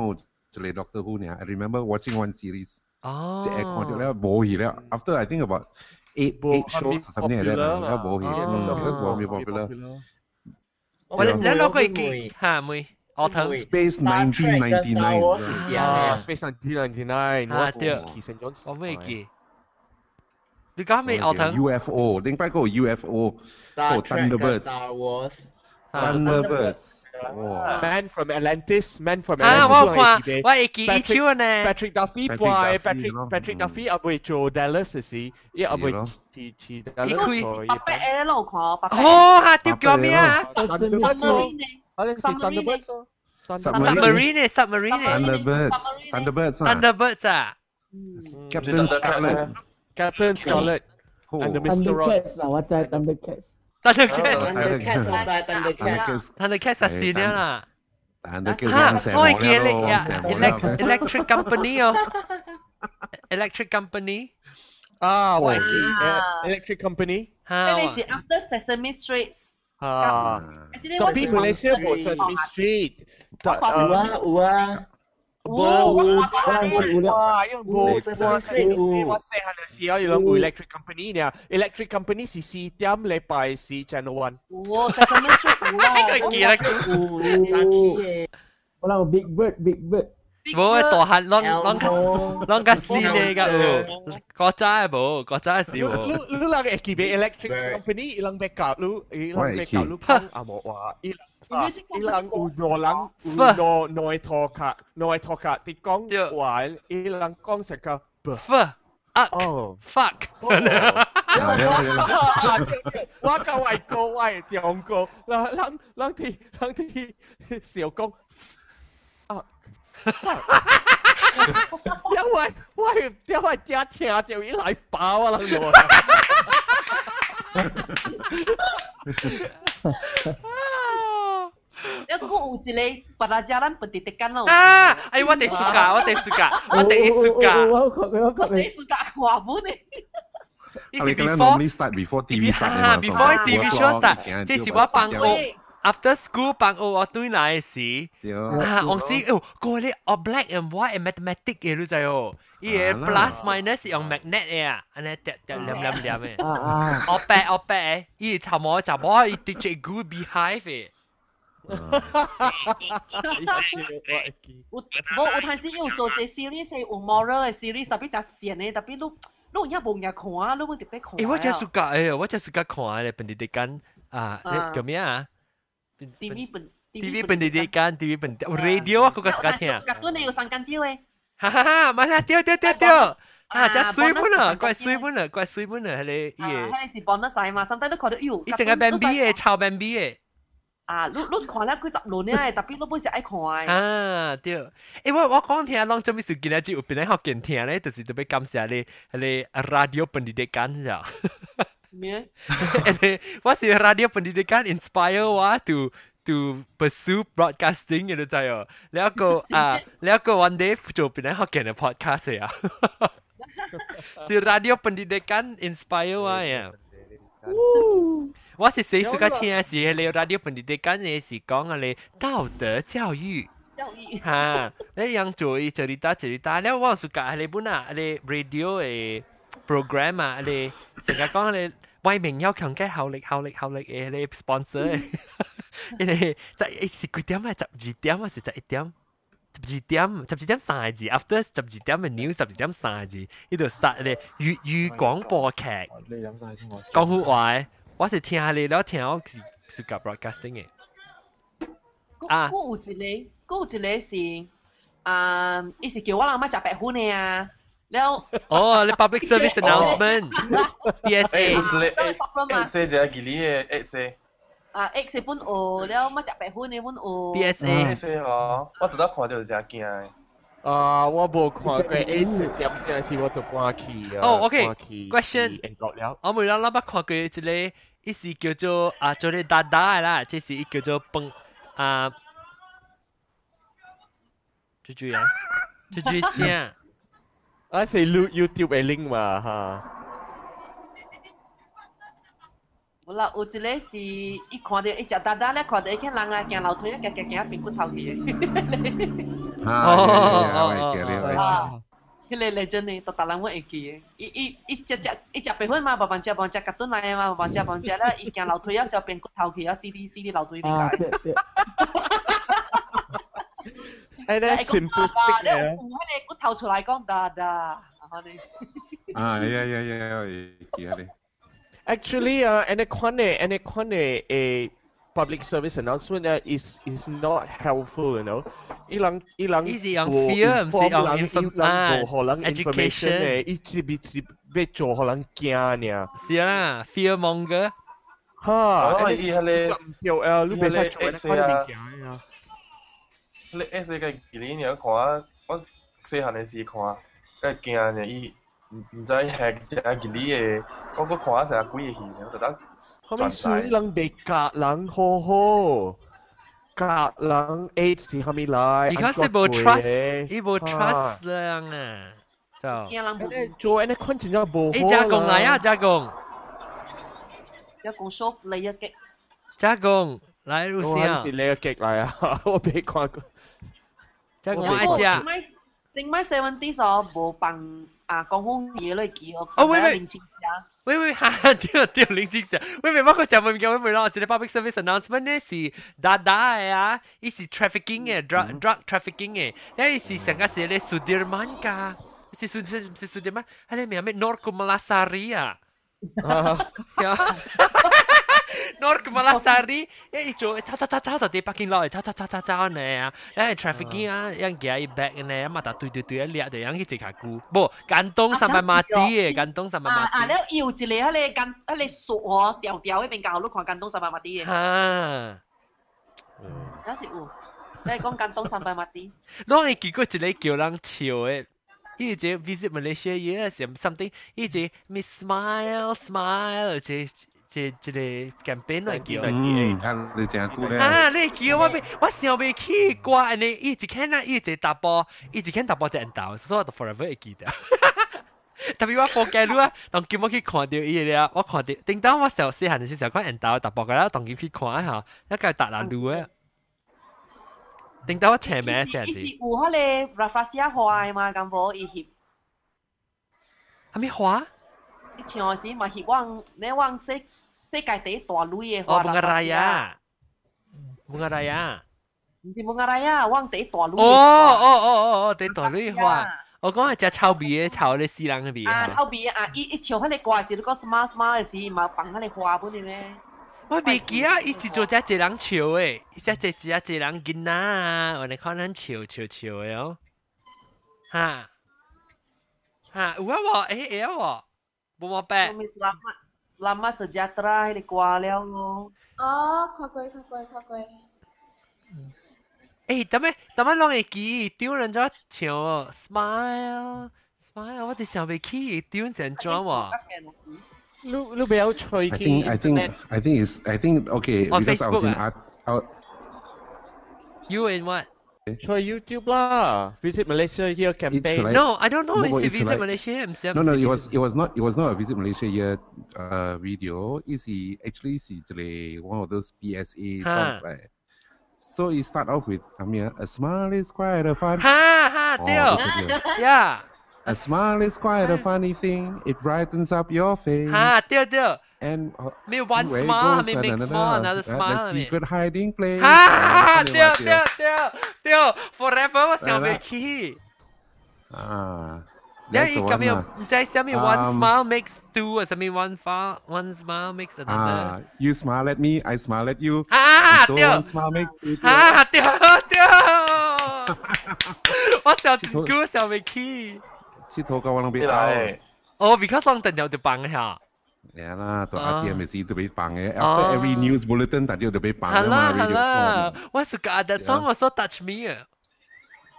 จะเลย Doctor Who เนี่ย I remember watching one series 哦 จะแอคคอนแล้วโบหีแล้ว after I think about eight eight shows or something like that แล้วโบหี Oh. แล้วโบมี popular 我แล้วเราก็อีกฮะมึยออทัง space 1999啊，Space 1999，啊對其實咗我咩记？你讲咩ออทัง UFO ลิงไปก็ UFO Star Oh, Trek 跟 Thunderbirds Star Wars， Thunderbirds โอ้ Man from Atlantis，Man from อ่าว่าว่า Atlantis ว่าอีกอีชิวนะ Patrick Duffy Patrick ปล่อย Duffy Patrick เนอะ Patrick อืม Duffy เอาไปโจ Dallas สิอีเอาไป ดีเนอะ ทีที อี Dallas คุย โจย 八百A都有看，八百A。 โอ้ฮะติบเกี่ยวมีอ่ะ Thunderbirds โจ Submarine 呢？ Alex Submarine Thunderbirds โจ Submarine submarine เนี่ย submarine เนี่ย Thunderbirds Thunderbirds Thunderbirds อ่ะ 嗯。 Captain Scarlet Oh, Captain Scarlet and the Mr. Rock Thundercats 啦，我真係 Thundercats。Oh, Thundercats 但係 cat 就係但係 cat， Thundercats อ่ะสีเนี่ยล่ะ Thundercats ฮะ แสง โอ้ยเกลียดเลยอ่ะ หมดแล้ว elect electric company อ่ะ electric company อ่าว่า 哇。 Electric Company ฮะ 呢個是 After Sesame Street，actually อ่า 我是 Tapi Malaysia 黃色 b o r s m e Street 我發現有啊有啊，哦，我-我-哇ยังโบ 有 ส Sesame Street ว่า 有， เสียหันเสียอยู่แล้ว Electric Company เนี่ย Electric Company สีสีเตียมเลยไปสี Channel One 哦，Sesame Street 有啊。 ไอ้เกลียดกู 有你扎基嘅，我諗 Big Bird Big Bird โว้ยตัวหันลองลองกัส Elmo ลองกัสซีเนี่ยกับโอ้ก็จ้าบ่ก็จ้าสิบ่ lu lu lang eh kibe electric Right. company ilang backup lu Why, ilang backup Ki? lu pang amo wa ilang ah, Electric company. ilang uno lang Fuh. uno noi thoka noi thoka ti kong Yeah. wa ilang kong saka buh. ฟะอัก oh fuck wa ka wai ko wai tiong ko la lang lang ti lang ti siêu kong ah Yêu ơi, ơi, yêu ơi, cha cha chịu ý lại bảo à lần rồi. อ้าว Ah. 因要讲有一个别人家咱不直直干咯。啊！哎，我第四架，我第四架，我第四架，我靠，我靠，你暑假看不呢？你是 Ah, we can before normally start before TV TV start. ah, ni mah, before kau. TV Work show out, start. kan, Cik, tu si pasal Wapang dia- Oh. Oi. after school 放我我对来是 dia- 啊，我是哦，嗰啲哦 black and white and mathematic 嘅你知哦，依個 Alah. plus minus 用 magnet 嘅啊，安尼掉掉兩兩兩嘅。啊啊！我白我白，依個尋我尋我係 DJ Good Behind 嘅。 Ah, 有无有阵时有做些 series 有 moral 嘅 series，特别真闲嘅，特别都都有冇人看啊，都冇特别看啊。誒，我真係暑假誒，我真係暑假看嘅，本地啲間啊，啊你叫咩啊 TV 本？TV 本地啲間，TV 本地，radio 啊，嗰個暑假聽啊，格都你有上緊招嘅，哈哈哈，咪啦，掉掉掉掉，啊，真水本啊，怪水本。本啊，怪水本啊，係你啊，依個，係是 bonus 曬嘛，甚至都看到哟。依成個 Bambi 嘅，抄 Bambi 嘅。啊，你你看了佢十輪咧，特別你本是愛看嘅。啊，对，诶，我我讲听，拢做咩事今日只有边人学见听咧，就是特别感谢你，你 radio pendidikan 咋？咩？ 你我是 radio pendidikan inspire 我 to to pursue broadcasting 嘅你知哦。แล้วก็อ่าแล้วก็ one day 做เป็นนักเขียน podcast อ่ะสิ radio pendidikan inspire ว่าอ่ะว่าสิสิ่งสุดที่อ่ะสิเลย radio pendidikan เนี่ยสิ讲อะไร道德教育教育。 ฮะแล้วยังจุยจริตาจริตาแล้วว่าสุกะอะไรบุญอะอะไร radio เอโปรแกรมอะอะไรสังกัดก้องอะไรวัยเหม่งเย่าแข็งแก่เฮาเล็กเฮาเล็กเฮาเล็กเออะไรสปอนเซอร์ เออะไรจะไอ้สิกุเตียมอะจับจีเตียมอะสิจะไอ้เตียมจับจีเตียมจับจีเตียมสายจี after จับจีเตียมเป็นนิ้วจับจีเตียมสายจีอีเดี๋ยว start เลยยูยูกวางปอแขก 哦你飲晒先我。 กองหูไว้ว่าสิเทียเลยแล้วเทียว่าสิสุกะ broadcasting เอ 啊，我有一个，我有一个是，啊，伊是叫我人妈食白粉的啊，了， อ๋อเลย public service announcement PSA 诶，有一个啊 eight eight C 一个吉利嘅 eight C 啊，X 本学，了妈食白粉的本学， PSA eight C 哦，我直到看到就真惊诶。啊，我冇看過 A 字點先是我都關去啊。哦，OK，關去 question 英國了。我每人諗捌看過一個，伊是叫做啊，做咧打打的啦，即是伊叫做蹦啊，就这样，就这声，啊，是 You- YouTube 嘅 link 嘛嚇。有啦，有一个是，伊看到伊食达达咧，看到伊见人啊，行楼梯啊，行行行，变骨头去的， ah, yeah, yeah, yeah, Oh, right, oh, oh, yeah, yeah, oh. right. 啊，迄个 legend 呢，达达人我会记的，伊伊伊食食，伊食白粉嘛，慢慢食，慢慢食，夹顿来嘛，慢慢食，慢慢食，了伊行楼梯啊，时候变骨头去啊，死哩死哩楼梯里啊，界。对对，誒咧，simplistic 咧，嘅有。喺你骨頭出嚟講得得，然後你 Ah, yeah, yeah, yeah, yeah, yeah, yeah, yeah. Actually, uh, Anaconda, Anaconda, a public service announcement uh, is is not helpful, you know. Ilang ilang Is it on bo- fear? Is inform it on lang- inform- ilang ah, bo- lang information education? eh, ichi bitsi becho lang kia nia. 是啦，fear monger， Ha, Oh, and it's- i hale- it's up till, uh, lu i bei sa hale chua ex ya. Anaconda bin kia nia. 你 eight C 嘅吉利你看啊，我细汉嘅时看，啊真惊诶！伊唔唔知系只吉利嘅，我我看啊成日鬼嘅戏，我直到 Coming soon lang be ka lang ho ho. Ka lang eight si kami lai. 而家 ang 是冇 gwapoy eh. 뭐 trust，伊冇啊 trust 量啊，就，驚人 And then 冇， Joe Anaconda 真係冇诶，好加工來啊，啦。加工，有講 shop 你一擊，加工，來有我聲係，你嘅極嚟啊！我俾看過。加工我 어, 我愛食。定咪 seventy 所冇幫啊講好嘢嚟記哦。哦喂喂年前啊，喂喂， 哈哈，掉掉零精神。喂喂，我个讲问讲，喂喂，我这个 public service announcement 呢是打打的啊，伊是 trafficking 的，drug drug trafficking 的，那伊是上个是咧 Sudirman 噶，是 Sud 是 Sudirman，他咧名咩 Norco Malasari 啊。Ja. Norg Malasari, ja, ich so, ta ta ta ta ta, die Parking Lot, ta ta ta ta ta, ne, ja, Trafficking 啊，人家一 back 呢，嘛，但對對對，掠就人去食下菇，不，廣東三百碼啲嘅，廣東三百啊碼啊，你啲，搖住你喺你近喺你熟我調調喺邊教都看近東三百米啲嘢，嚇，有時有，你係講近東三百米啲，我係見過一個叫人笑嘅。伊只 visit Malaysia 嘢是 something，伊只 Miss Smile Smile 只一个一个 campaign 来叫。嗯，他你讲过咧，啊！你叫我未，我想未去过安尼，伊一看啊，伊一打波，伊一看打波就按到，所以我就 forever 会记 得。特别我播记录啊，当今我去看到伊了，我看到，顶当我小细汉的时候看按到打波个啦，当今去看下，一个打篮球啊。顶当我前面伊先是子，伊是有迄个 Rafasia 花的嘛，咁无伊翕，还没花，伊唱的时嘛翕往你往世世界第一大类的哦，花。蒙个拉，呀，蒙个拉呀，毋是蒙阿拉呀，往第一大类的哦花。哦哦哦哦，对，大绿花，我讲系只臭味的，臭你死人嘅味啊，啊。臭鼻啊！伊伊唱迄个歌的时，你讲 smart smart 的时，嘛放迄个花本的咩？我未记啊，伊是做只一人笑诶，伊只只只一人囡仔啊，我哋看咱笑笑笑诶哦，哈哈有啊喎，诶诶啊喎，冇冇白 Kami selamat selamat sejahtera 迄个歌了咯。 อ๋อขอคุยขอคุยขอคุย 诶，等咩等咩拢会记，丢人咗唱哦，smile smile，我哋想未起，丢成装喎， ลูกลูกเบลช่วย I think I think I think is I think okay On because I was Facebook in ah? art oh, out You and what? ช่วย YouTube ล่ะ Visit Malaysia Here Campaign Right. No, I don't know. What- what It's if you visit like- Malaysia. I'm no no it was it was not it was not a visit Malaysia year uh video is he actually see today one of those PSA Ah. songs Ha. eh. so it start off with I mean a smile is quite a fun 哈哈 Oh, 对 okay, okay. ，Yeah， a smile is quite Ah. a funny thing it brightens up your face 哈对对 and uh, ，Make one where it smile, goes, make make da-da-da-da, small another that- smile, the make. secret hiding place 哈哈哈！ Ah, 对 something like 对 that. 对对，forever 我想来袂啦起。啊你 Ah, ，that's the 伊咁 one 样啦，唔知啥物 one Um, smile makes two 啊，啥物 one far one smile makes another。Ah, 啊，you uh, ah, smile at me, I smile at you，啊 so 对， smile makes you too. 啊对对，Ah, 我想真久想袂起。切头甲我拢你俾拗，来，哦，because 我等條就放下。呀啦，到啊阿爹咪死都俾放啊嘅 eh? ，after every news bulletin 大家都俾放好嘅嘛啦好 eh, ，radio 啦 song。，我 s 噶 that Yeah. song also touch me 啊。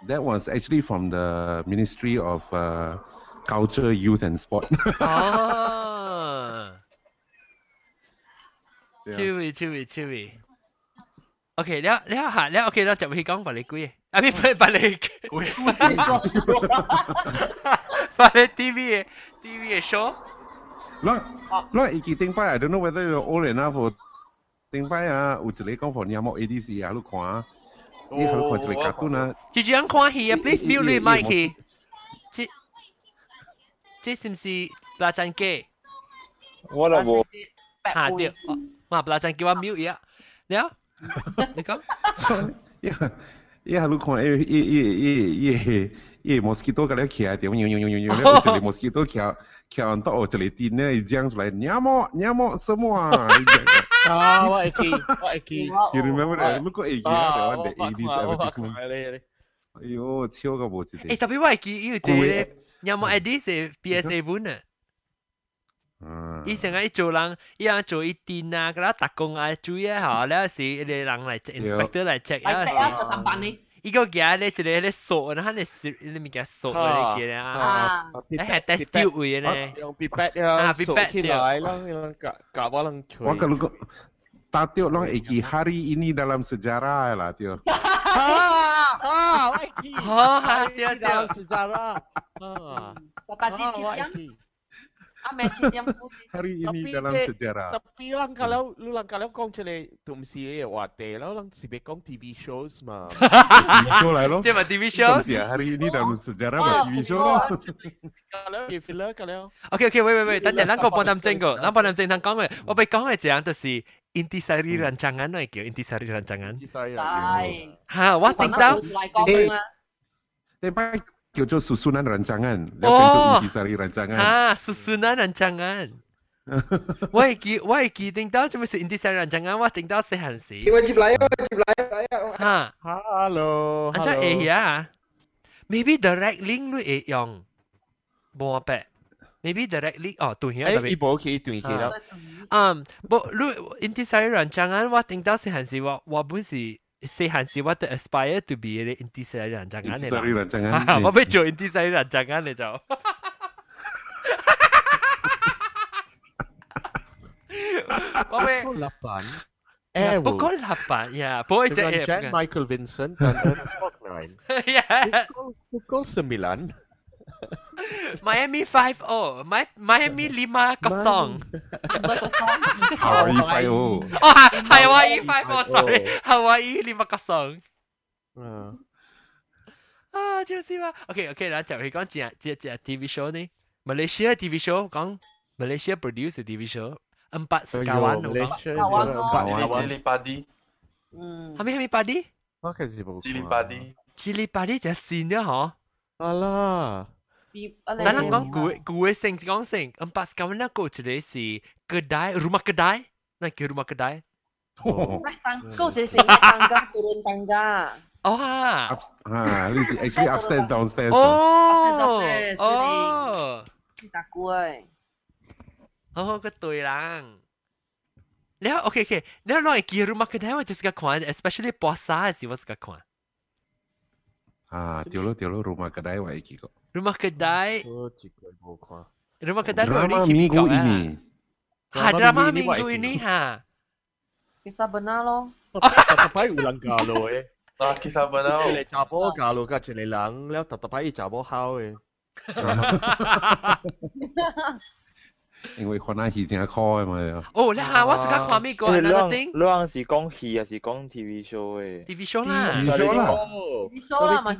That was actually from the Ministry of uh, Culture, Youth and Sport. 哦 Yeah. 趣味趣味趣味。OK，了了下了 OK，了就去讲把你鬼，啊咪把把你 鬼把你 TV 的 TV 的 show，嗱嗱，以前頂拜，I don't know whether you're old enough for 頂拜啊，有一個講 ah, for 音樂 ADC 啊，喺度看啊，你喺度看一個 cartoon ah. 啊，就这样看戏啊咦，please 咦 mute 你咦麦咦去。这这是不是拉赞鸡？我就无下掉，哦嘛拉赞叫我 mute 呀，了，你讲。一一喺度看，一一一一一一 mosquito ah, 嗰啲騎喺度，搖搖搖搖搖，有一個 mosquito 騎騎喺度，有一個電咧，將出嚟，音樂音樂什麼啊啊ว่าเอกีว่าเอกี ah. ？You remember that? Look at อ่า that one, ว่า the ว่า 80s ว่าว่า advertisement. อะไรอะไร 哎呦，超嘅冇一诶，啲。特别我系记伊有一故个意咧，有冇 ID 是 BSA 本啊？嗯伊成日伊做人，伊人做伊店啊，嗰啲特工啊，注意下，了时你人嚟 check inspector 嚟 check，哎，这有要上班呢？时伊个嘢咧，一个咧锁，然后你是你咪叫锁啊嗰啲嘅啊，啊，Ah, 你係 Ah, test deal 嘅咧， ยังปีแปดยัง ปี สูง แปด ขึ้น เดี ห ยว ลายแล้วยังกะกะว่าลังช่วย Wah kalau kau tak tengok orang Eki hari ini dalam sejarah lah tio. ฮ่าฮ่าว่าไอ้กี ฮ่าฮ่าเดี๋ยวเดี๋ยว ดาสุจาระฮ่า 我打几七 ว่าไอ้ 点？ กี 啊，明七点半。 Hari ini Tapi dalam dia- sejarah. แต่ปีลังกาแล้วลูลังกาแล้วกองเฉลยตุ่มซีเรียว่าเตะแล้วลังสิเบกองทีวีโชว์มา Show lah lo. 即系咪 TV Show show？OK sih hari ini dalam sejarah buat TV show lah. กันแล้วอีฟิลเลอร์กันแล้ว OK，喂喂喂，等陣咱個半點鐘個，咱半點鐘，咱講嘅，我俾講嘅一樣就是 Intisari rancangan 咯，叫 Intisari rancangan。 จีไซร์ Dạ. 係，嚇，我頂到。嚟講啊， Tapi kau tu susunan rancangan. Dia Oh. bentuk intisari rancangan. 啊，susunan Ah, rancangan。我係記，我係記定到，做咩是 intisari rancangan？我定到細行時。 Wajib layak, wajib layak, layak. 哈， ฮัลโห安ล怎會呀？Maybe direct link eh, 你會用，冇白。Maybe direct link oh, ya, 哦，對呀， เอ้ย 特 อี 別。 โบคีตุยคีแล้ว À. 嗯，不，你 intisari rancangan，我定到細行時，我我本是細行時，我都 aspire to be 咧 intisari rancangan eh, 嚟 Intisari 啦。 rancangan. 哈哈我 要做 intisari rancangan 你 就。我咩？ Pukul 8. Ya, Airwood. pukul 8 ya. Boleh je Dengan eh. Jan bukan. Michael Vincent dan Ernest Borgnine. Ya. Pukul 9. Miami 5-0. Mi- Miami 5-0. Hawaii Five O. Oh, ha- Hawaii 5-0. Sorry. Hawaii 5-0. Uh, 啊，就是嘛。OK OK，嗱，就係講只只只 TV show 呢，Malaysia TV show 講 Malaysia produce 嘅 TV show，empat sekawan 我講， Malaysia Kawan dia tu. empat Cili- kawan. Cili padi, 嗯，係咪係咪 buddy？ Makan si bukan. cili padi. Chili buddy 就線咗嗬。 Alah. 比阿但係講古古嘅姓講姓，empat sekawan 咧個一個是 kedai rumah kedai，那叫 rumah kedai。 Oh. นักตังก็จะสินักตังก็ตุนตังก็ 哦啊， Ups- ah, this is actually upstairs, downstairs. 哦是的是的哦， ที่ตะกล้วย 哦個對人。แล้วโอเคโอเคแล้วลองกินรูมากระได้ว่าจะสกัดขวาน especially ปอซ่าสิว่าสกัดขวาน Ah, tio lo, tio lo, rumah kedai wa iki kok. รูมากระได้ Oh, cikgu ibu kuah. Rumah kedai tu hari Drama kimi minggu kau lah. ini. Ha, Drama drama minggu ini buat minggu acting. ini ha. พิซซ่าเบอร์น่าโล Tatapai ulang galo eh. Ah, kisah benar. Cili cabo galo kat cili lang. Leo tatapai cabo hao eh. Anyway, Hona he jing a call ma. Oh, lah ha, what's kat kwami go another thing? 你人是讲戏还是讲 TV show 诶？ TV show lah. TV show lah. TV show lah, man.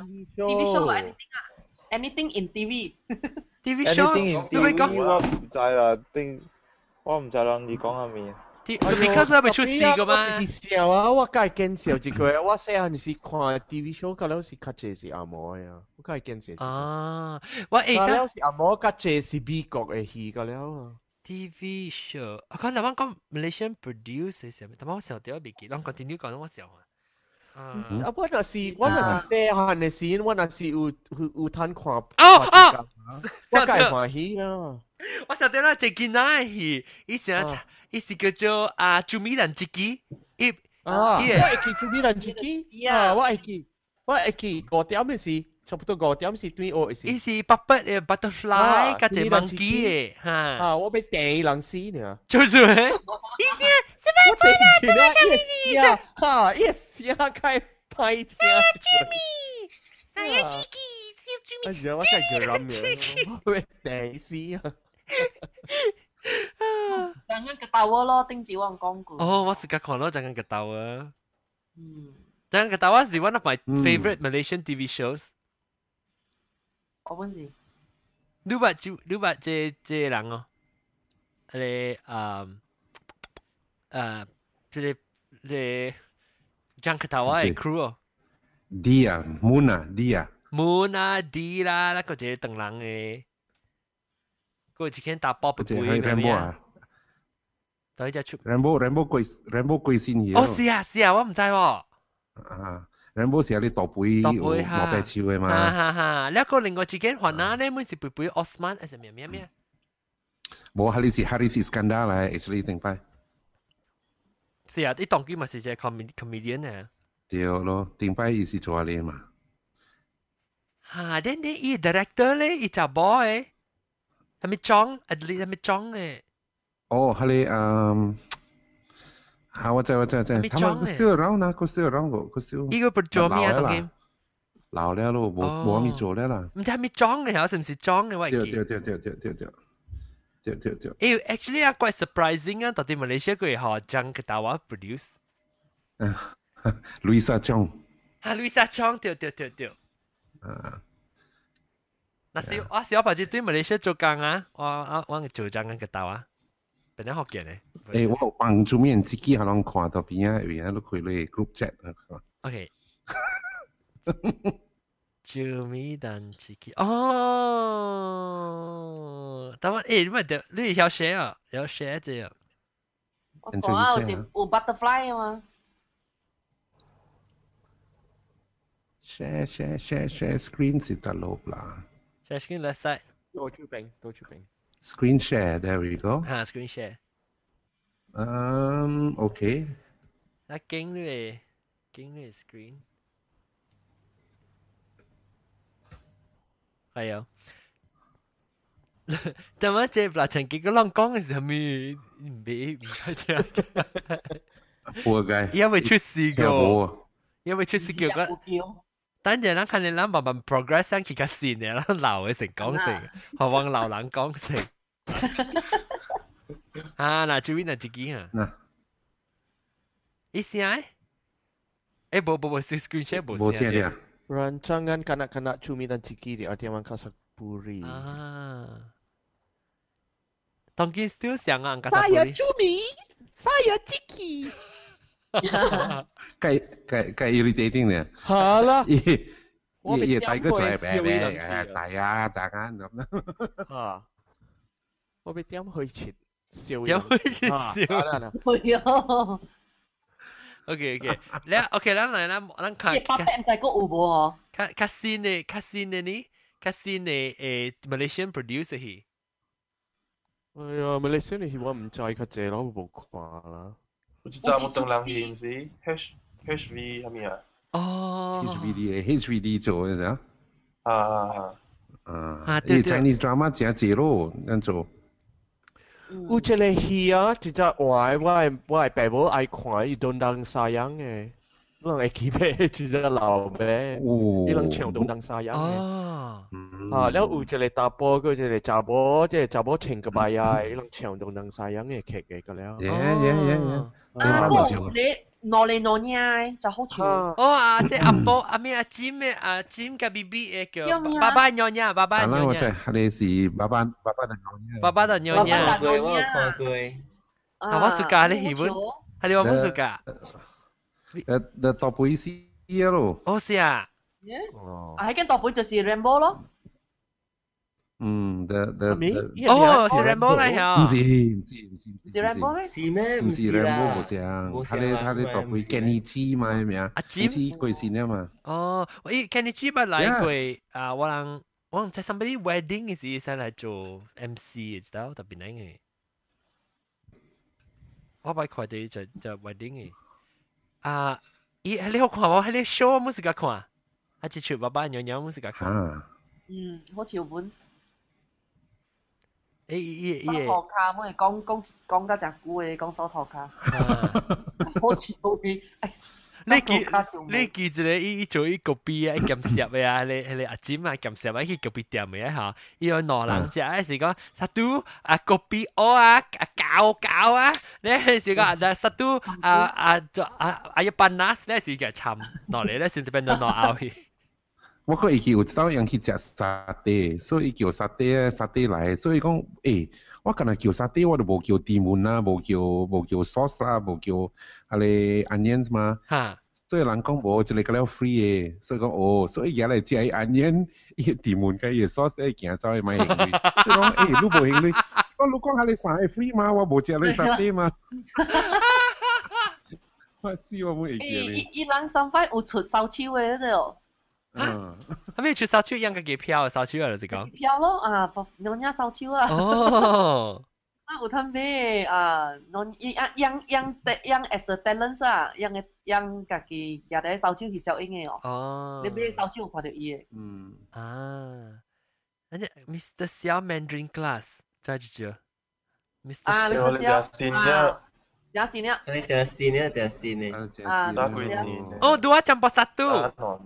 TV show or anything อ่ะ anything in TV TV show. Anything in Tu mai kau. TV 我唔知啦，定我唔知啦，你講下面。 Ti- Because lah bercuci kau mah. 你笑啊！我介见笑一个，我细汉是看 TV show，到了是较济是阿嬷的啊，我介见笑。 Ah, what eh 到 dah 了是阿嬷，较济是美國嘅戲，到了啊。 TV show. Aku lawan kau Malaysian produce eh, siapa. Tapi aku siapa dia bikin. Long continue kau nak siapa. Ah. 啊，我若是我若是細汉嘅時，我若是有有有通看。哦哦！我介歡喜啦。我想到了最近那戏，伊想啊伊是叫做啊朱米人自己，伊啊，我 Yeah. 會記做咩人自己 Yeah. 啊，我會記，我會記五點嘅時，差不多五點是對我嘅時伊。是 puppet 的 butterfly，啊加只朱米人自 monkey 己的哈，啊，我被第一人死呢。就是咩？我真系觉得一下哈一下开拍天，三月几几，三月几几，我真系叫人名，喂，第死啊！ ดังนั้นกระเตาว่าโลติ้งจีวังกองกู 哦，我是甲看咯，真个个到啊， อืม 真个到啊是 one of my 嗯 favorite Malaysian TV shows。 เอาเป็นสิ 你捌就你捌这这个人哦，迄个啊呃，这个这个 j a n k a t a w a 的 Okay. crew 哦 Dia, Muna, dia. ，Moon 啊 D 啦，那个一个等人诶，过一天打包不 Okay, 贵 hai 咩 Rambo 咩 ah.，到伊只出。 Rambo, Rambo koi, Rambo koi sin here. 哦，是啊是啊，我唔知喎。 Ah, Rambo si ali top bui, ตบ top ปุ้ย bui ค่ะ ha. Mo pe chiu ฮ่า ma. ฮ่าฮ่าแล้วก็ลิงก็จีเกนหัวหน้าเนี่ยมันสิปุยปุยออสมันอะไรเมียเมียเมีย Bo hali si Haris Iskandar lah actually think pai. เสียไอ้ตองกี้มาสิเจคอมมิคอมมิเดียนเนี่ย Tio lo, think pai isi chua le ma. ฮ่าเด่นเนี่ยอีดีเรคเตอร์เลยอีจ่าบอยทำไมจ้องอัดลีทำไมจ้องเนี่ย Oh, hali um Ha, what's that, what's that, what's Tapi that? Tama, chong kau eh. still around lah, kau still around kok, kau still. อีก็เป็นจ้องมีอะตองกี้ 老了咯，无哦无咪做了啦。 มันจะมีจ้องเลยเหรอสิมสิจ้องเลยว่าไอ้ 对 กี้ 对对对对对对对对对。 เอ้ er actually อะ quite surprising er อะตอนที่มาเลเซียก็เหรอจังกับตาวา produce 路易莎琼 ฮาลุยซาจ้องเดียวเดียวเดียวเดียว 啊， นั่นสิว่าสิว่าปัจจุบันมาเลเซีย做工啊ว่าว่าว่าจะ做จังกับตาวาเป็นนัก学嘅咧诶，我有帮助面自己还能看到边啊，边啊都开咧 group chat Ah, 啊。 Okay. Jumi dan Chiki. Oh, 等我，诶，你咪掉，你条蛇啊，条蛇只啊， ว่าขอเอาจิอูบัตเตอร์ฟลายมา share share share share screen 是得落啦蛇 screen left side，多出兵，多出兵。 ，screen share there we go。Um, 哈 screen share，嗯，OK，那經理，經理 screen，係啊， แต่ว่าเจ็บหลาฉันกินก็ลองก้องสิมีไม่ไม่ค่อยเท่า ปัวไง อย่าไปชุดสี แค่ โก้ โอ้ อย่าไปชุดสี Dạ, โก้ก็ตั้งใจนั่งคันเล่นแล้วแบบมัน progress สร้างขีดกันสีเนี่ยแล้วเหล่าไอ้สิ่งก้องสิ่งหอวังเหล่าหลังก้องสิ่งอ่าน่ะชีวิตน่ะจิกี้อ่ะ นะ อีเสียงเอ้ยบ่บ่บ่ซื้อ screen share บ่ โบ เสี เที ย ย ง เดีย Rancangan kanak-kanak cumi dan ciki di Artiaman Kasakpuri. อ่าตองกิน still เสียงอ่ะอังกาซาปุ Saya รี cumi, saya ciki. ไก่ไก่ไก่ irritating เนี่ย ฮะล่ะ อี ว่าเป็น อีไตก็ใส่แบ เสีย บ เว แบบ ลาเสีย สายยาจากนั้นแบบนั้น Ha. Vad vet jag om höjdskid? Ser Tiam höjdskid, ser vi. โอ้ย โอเคโอเคแล้วโอเคแล้วไหนนะนั่งคัน เจ็บ ปั๊บแป้งใจก็อูบ่ คันคัสซีเน่คัสซีเน่นี่คัสซีเน่เอ่อ Malaysian producer ฮี Ja, men ledsen är hiva mchai katera och bokvala. 我就知冇等人去，唔是 H H V 虾米啊？ อ๋อ HVD HVD 做嘅啫啊啊啊啊啊！對啲對 Chinese drama 正正咯，咁做 Uchele hia tita wai wai wai pebo ai kwai dondang sayang eh. Lang ekipe tita lao be. Ilang cheo dondang sayang eh. อ่าแล้วอูจะเลยตาโปก็จะเลยจาโบจะเลยจาโบเชงกับบายายลังเฉียวดงดังสายยังเอกเขกเอกก็แล้ว เย้ Oh. เย้เย้เย้ อ่าก็เละนอนเลยนอนเนี่ยจะเข้าชิว อ๋ออ่ะเจ้อาโปอาเมียอาจิมเอ่ออาจิมกับบีบีเอ่อเกี่ยว เยี่ยมยา บ้าบ้านยอนยาบ้าบ้าน 但 ยอ係น 我 ยา 真係你是爸爸爸爸能講 บ้าบ้านยอนยา 我有看過我有看過 À, ฮาวาสุกะเลยหิวุนฮาริวามุสุกะ 嘅，誒誒 top 意思嘢咯， โอเสีย เนี่ย 哦， อ่ะให้กันต่อไปจะสีเรนโบ้เหรอ 嗯，the the โอ้สิแรมโบ้เลยเหรอ 唔是唔是唔是 สีเรนโบ้ไหม 是咩唔是 Rambo 啊冇聲，冇佢聲哋啦佢哋 top 意 Kenny G 嘛係咪啊？阿 Jim？佢先啊嘛， อ๋อเอ้ยแค่นี้จีบอะไร Yeah. กูอ่าวันหลังวันหลังจะ somebody wedding อีสิฉันเลยจู MC จะได้แต่เป็นยังไงว่าไปคอยดีจะจะ wedding À, อีอ่าอีให้เรียกขวาว่าให้เรียก show มุสิกะขวาอาจจะชื่อบ้าบ้านยอนยามุสิกะขวา 嚇， อืมเข้าชิวบุญ เอ้ยอีอี ซอ อี ทอคาเมื่อก่อนก้องก้องก็จากกูเลยก้องซอทอคา เข้าชิวเลยไอ้ 你記你記住咧，伊伊做伊隔壁啊，伊咁攝嘅啊，你你阿姐嘛咁攝啊，去隔壁店嘅嚇，伊有挪人只，是 講殺都啊隔壁我啊啊搞搞啊，你是講啊殺都啊啊做啊啊一班 nas 咧是嘅沉落嚟咧，先至變到 挪 out 去。我嗰以前有一道人去食沙爹，所以叫沙爹沙爹來，所以講誒，我今日叫沙爹，我都冇叫甜碗啦，冇叫冇叫 sauce 啦，冇叫啊你 onions 嘛。嚇！所以人講冇，即係佢咧 free 嘅，所以講哦，所以而家嚟食 onion，伊甜碗嘅伊 sauce 咧，行走去買行李，所以講誒，你冇行李，我你講下你沙 free 嘛，我冇食你沙爹嘛。我知我冇會 อี 記 อี 你， อีหลังซ้ำไฟอุดฉุดเสาชิวเลยเด้อ 嗯。後尾出手超應該幾飄，手超就是 講 เพียวแล้วอ่ะนอนเนี่ยเสาชิวอ่ะ 哦，啊，有摊咩啊？侬养养养得养 as a talent 啊，养个养家己也在烧酒是小英的哦。哦你，俾烧酒有看到伊的，嗯，啊，人家 Mr. 小 Mandarin Class 再一句，Mr. 啊然小后你食先 Ah. 呀，也是呢。你食先咧，食先咧。啊打幾年咧？ Oh, dua campur satu.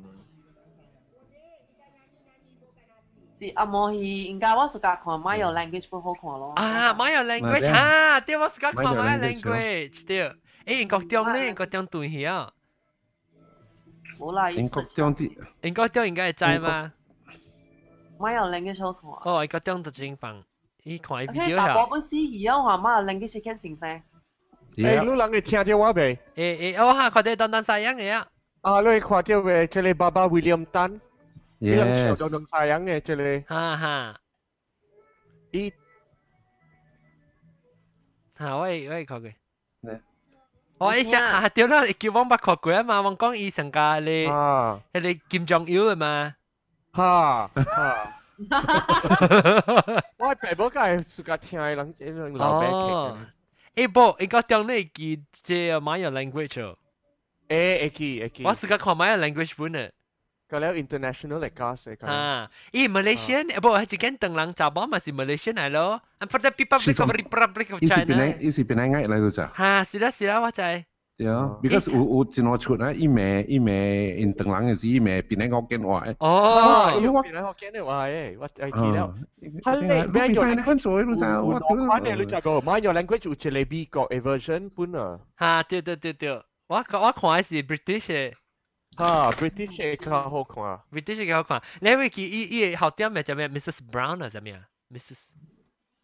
是阿摩戏，应该我暑假看 My Your Language 不好看咯。 Ah, Maya language 啊 Maya. ha. Dia was got Maya called Maya language, 哦 language. Dia. Eh, engkau tiang ni, engkau tiang tu hia. 冇啦，英國將啲 Engkau tiang ingat cai ma. My Your Language 好看。 Oh, engkau tiang tu jing bang. Ini kau OK， video 大波 ha. 本司仪啊，我 My Your Language 看成声。誒，你人會聽到我未？ Eh, eh, oh ha, kau dia dandan sayang ya. 啊，你會看到未？即係爸爸 William Tan，伊人潮 Yes 到兩太陽嘅，即係 Ha ha. 伊 Ha, wei, wei kau ke. 咧 Oh, 啊 eh, ha, ha, dia lah. Ikut wang bak kau ke ma, wang kong i sangka le. 啊 Ah. Le Kim Jong Il ma. 嚇 嚇，我係爸爸梗係暑假聽嘅人，伊人老爸劇嘅哦。Eh, bo, engkau tiang ni ki je Maya language. 誒，會記會記，我暑假看 Maya language 本呢。 ก็แล้ว international เลยก็เสียกัน Ha. Eh, Malaysian, eh, boh, chicken tenglang cabang masih Malaysian hello. And for the people She's from from- Republic of อีสิเป็นไง China. อีสิเป็นไงง่ายอะไรรู้จัก Ha, sila sila wa chai. เดี๋ยว because อูอูจีนอชุดนะอีแม่อีแม่อินตังหลังอย่างสิอีแม่ปีไหนงอกเกนอ่อย 哦，因因為為我我見到我見到話誒，我係嗯見到，係啦咩你細你嗰陣做你就我屌我哋你就講，買咗 language 有 jelebi 個 version 本啊， Ha, tio tio tio tio. Wa wa kuan si British eh. 嚇 British 嘅較好看啊， British ke hao kuan. Le wi ki i i hao tiam me jam Mrs Brown a jam ya. Mrs.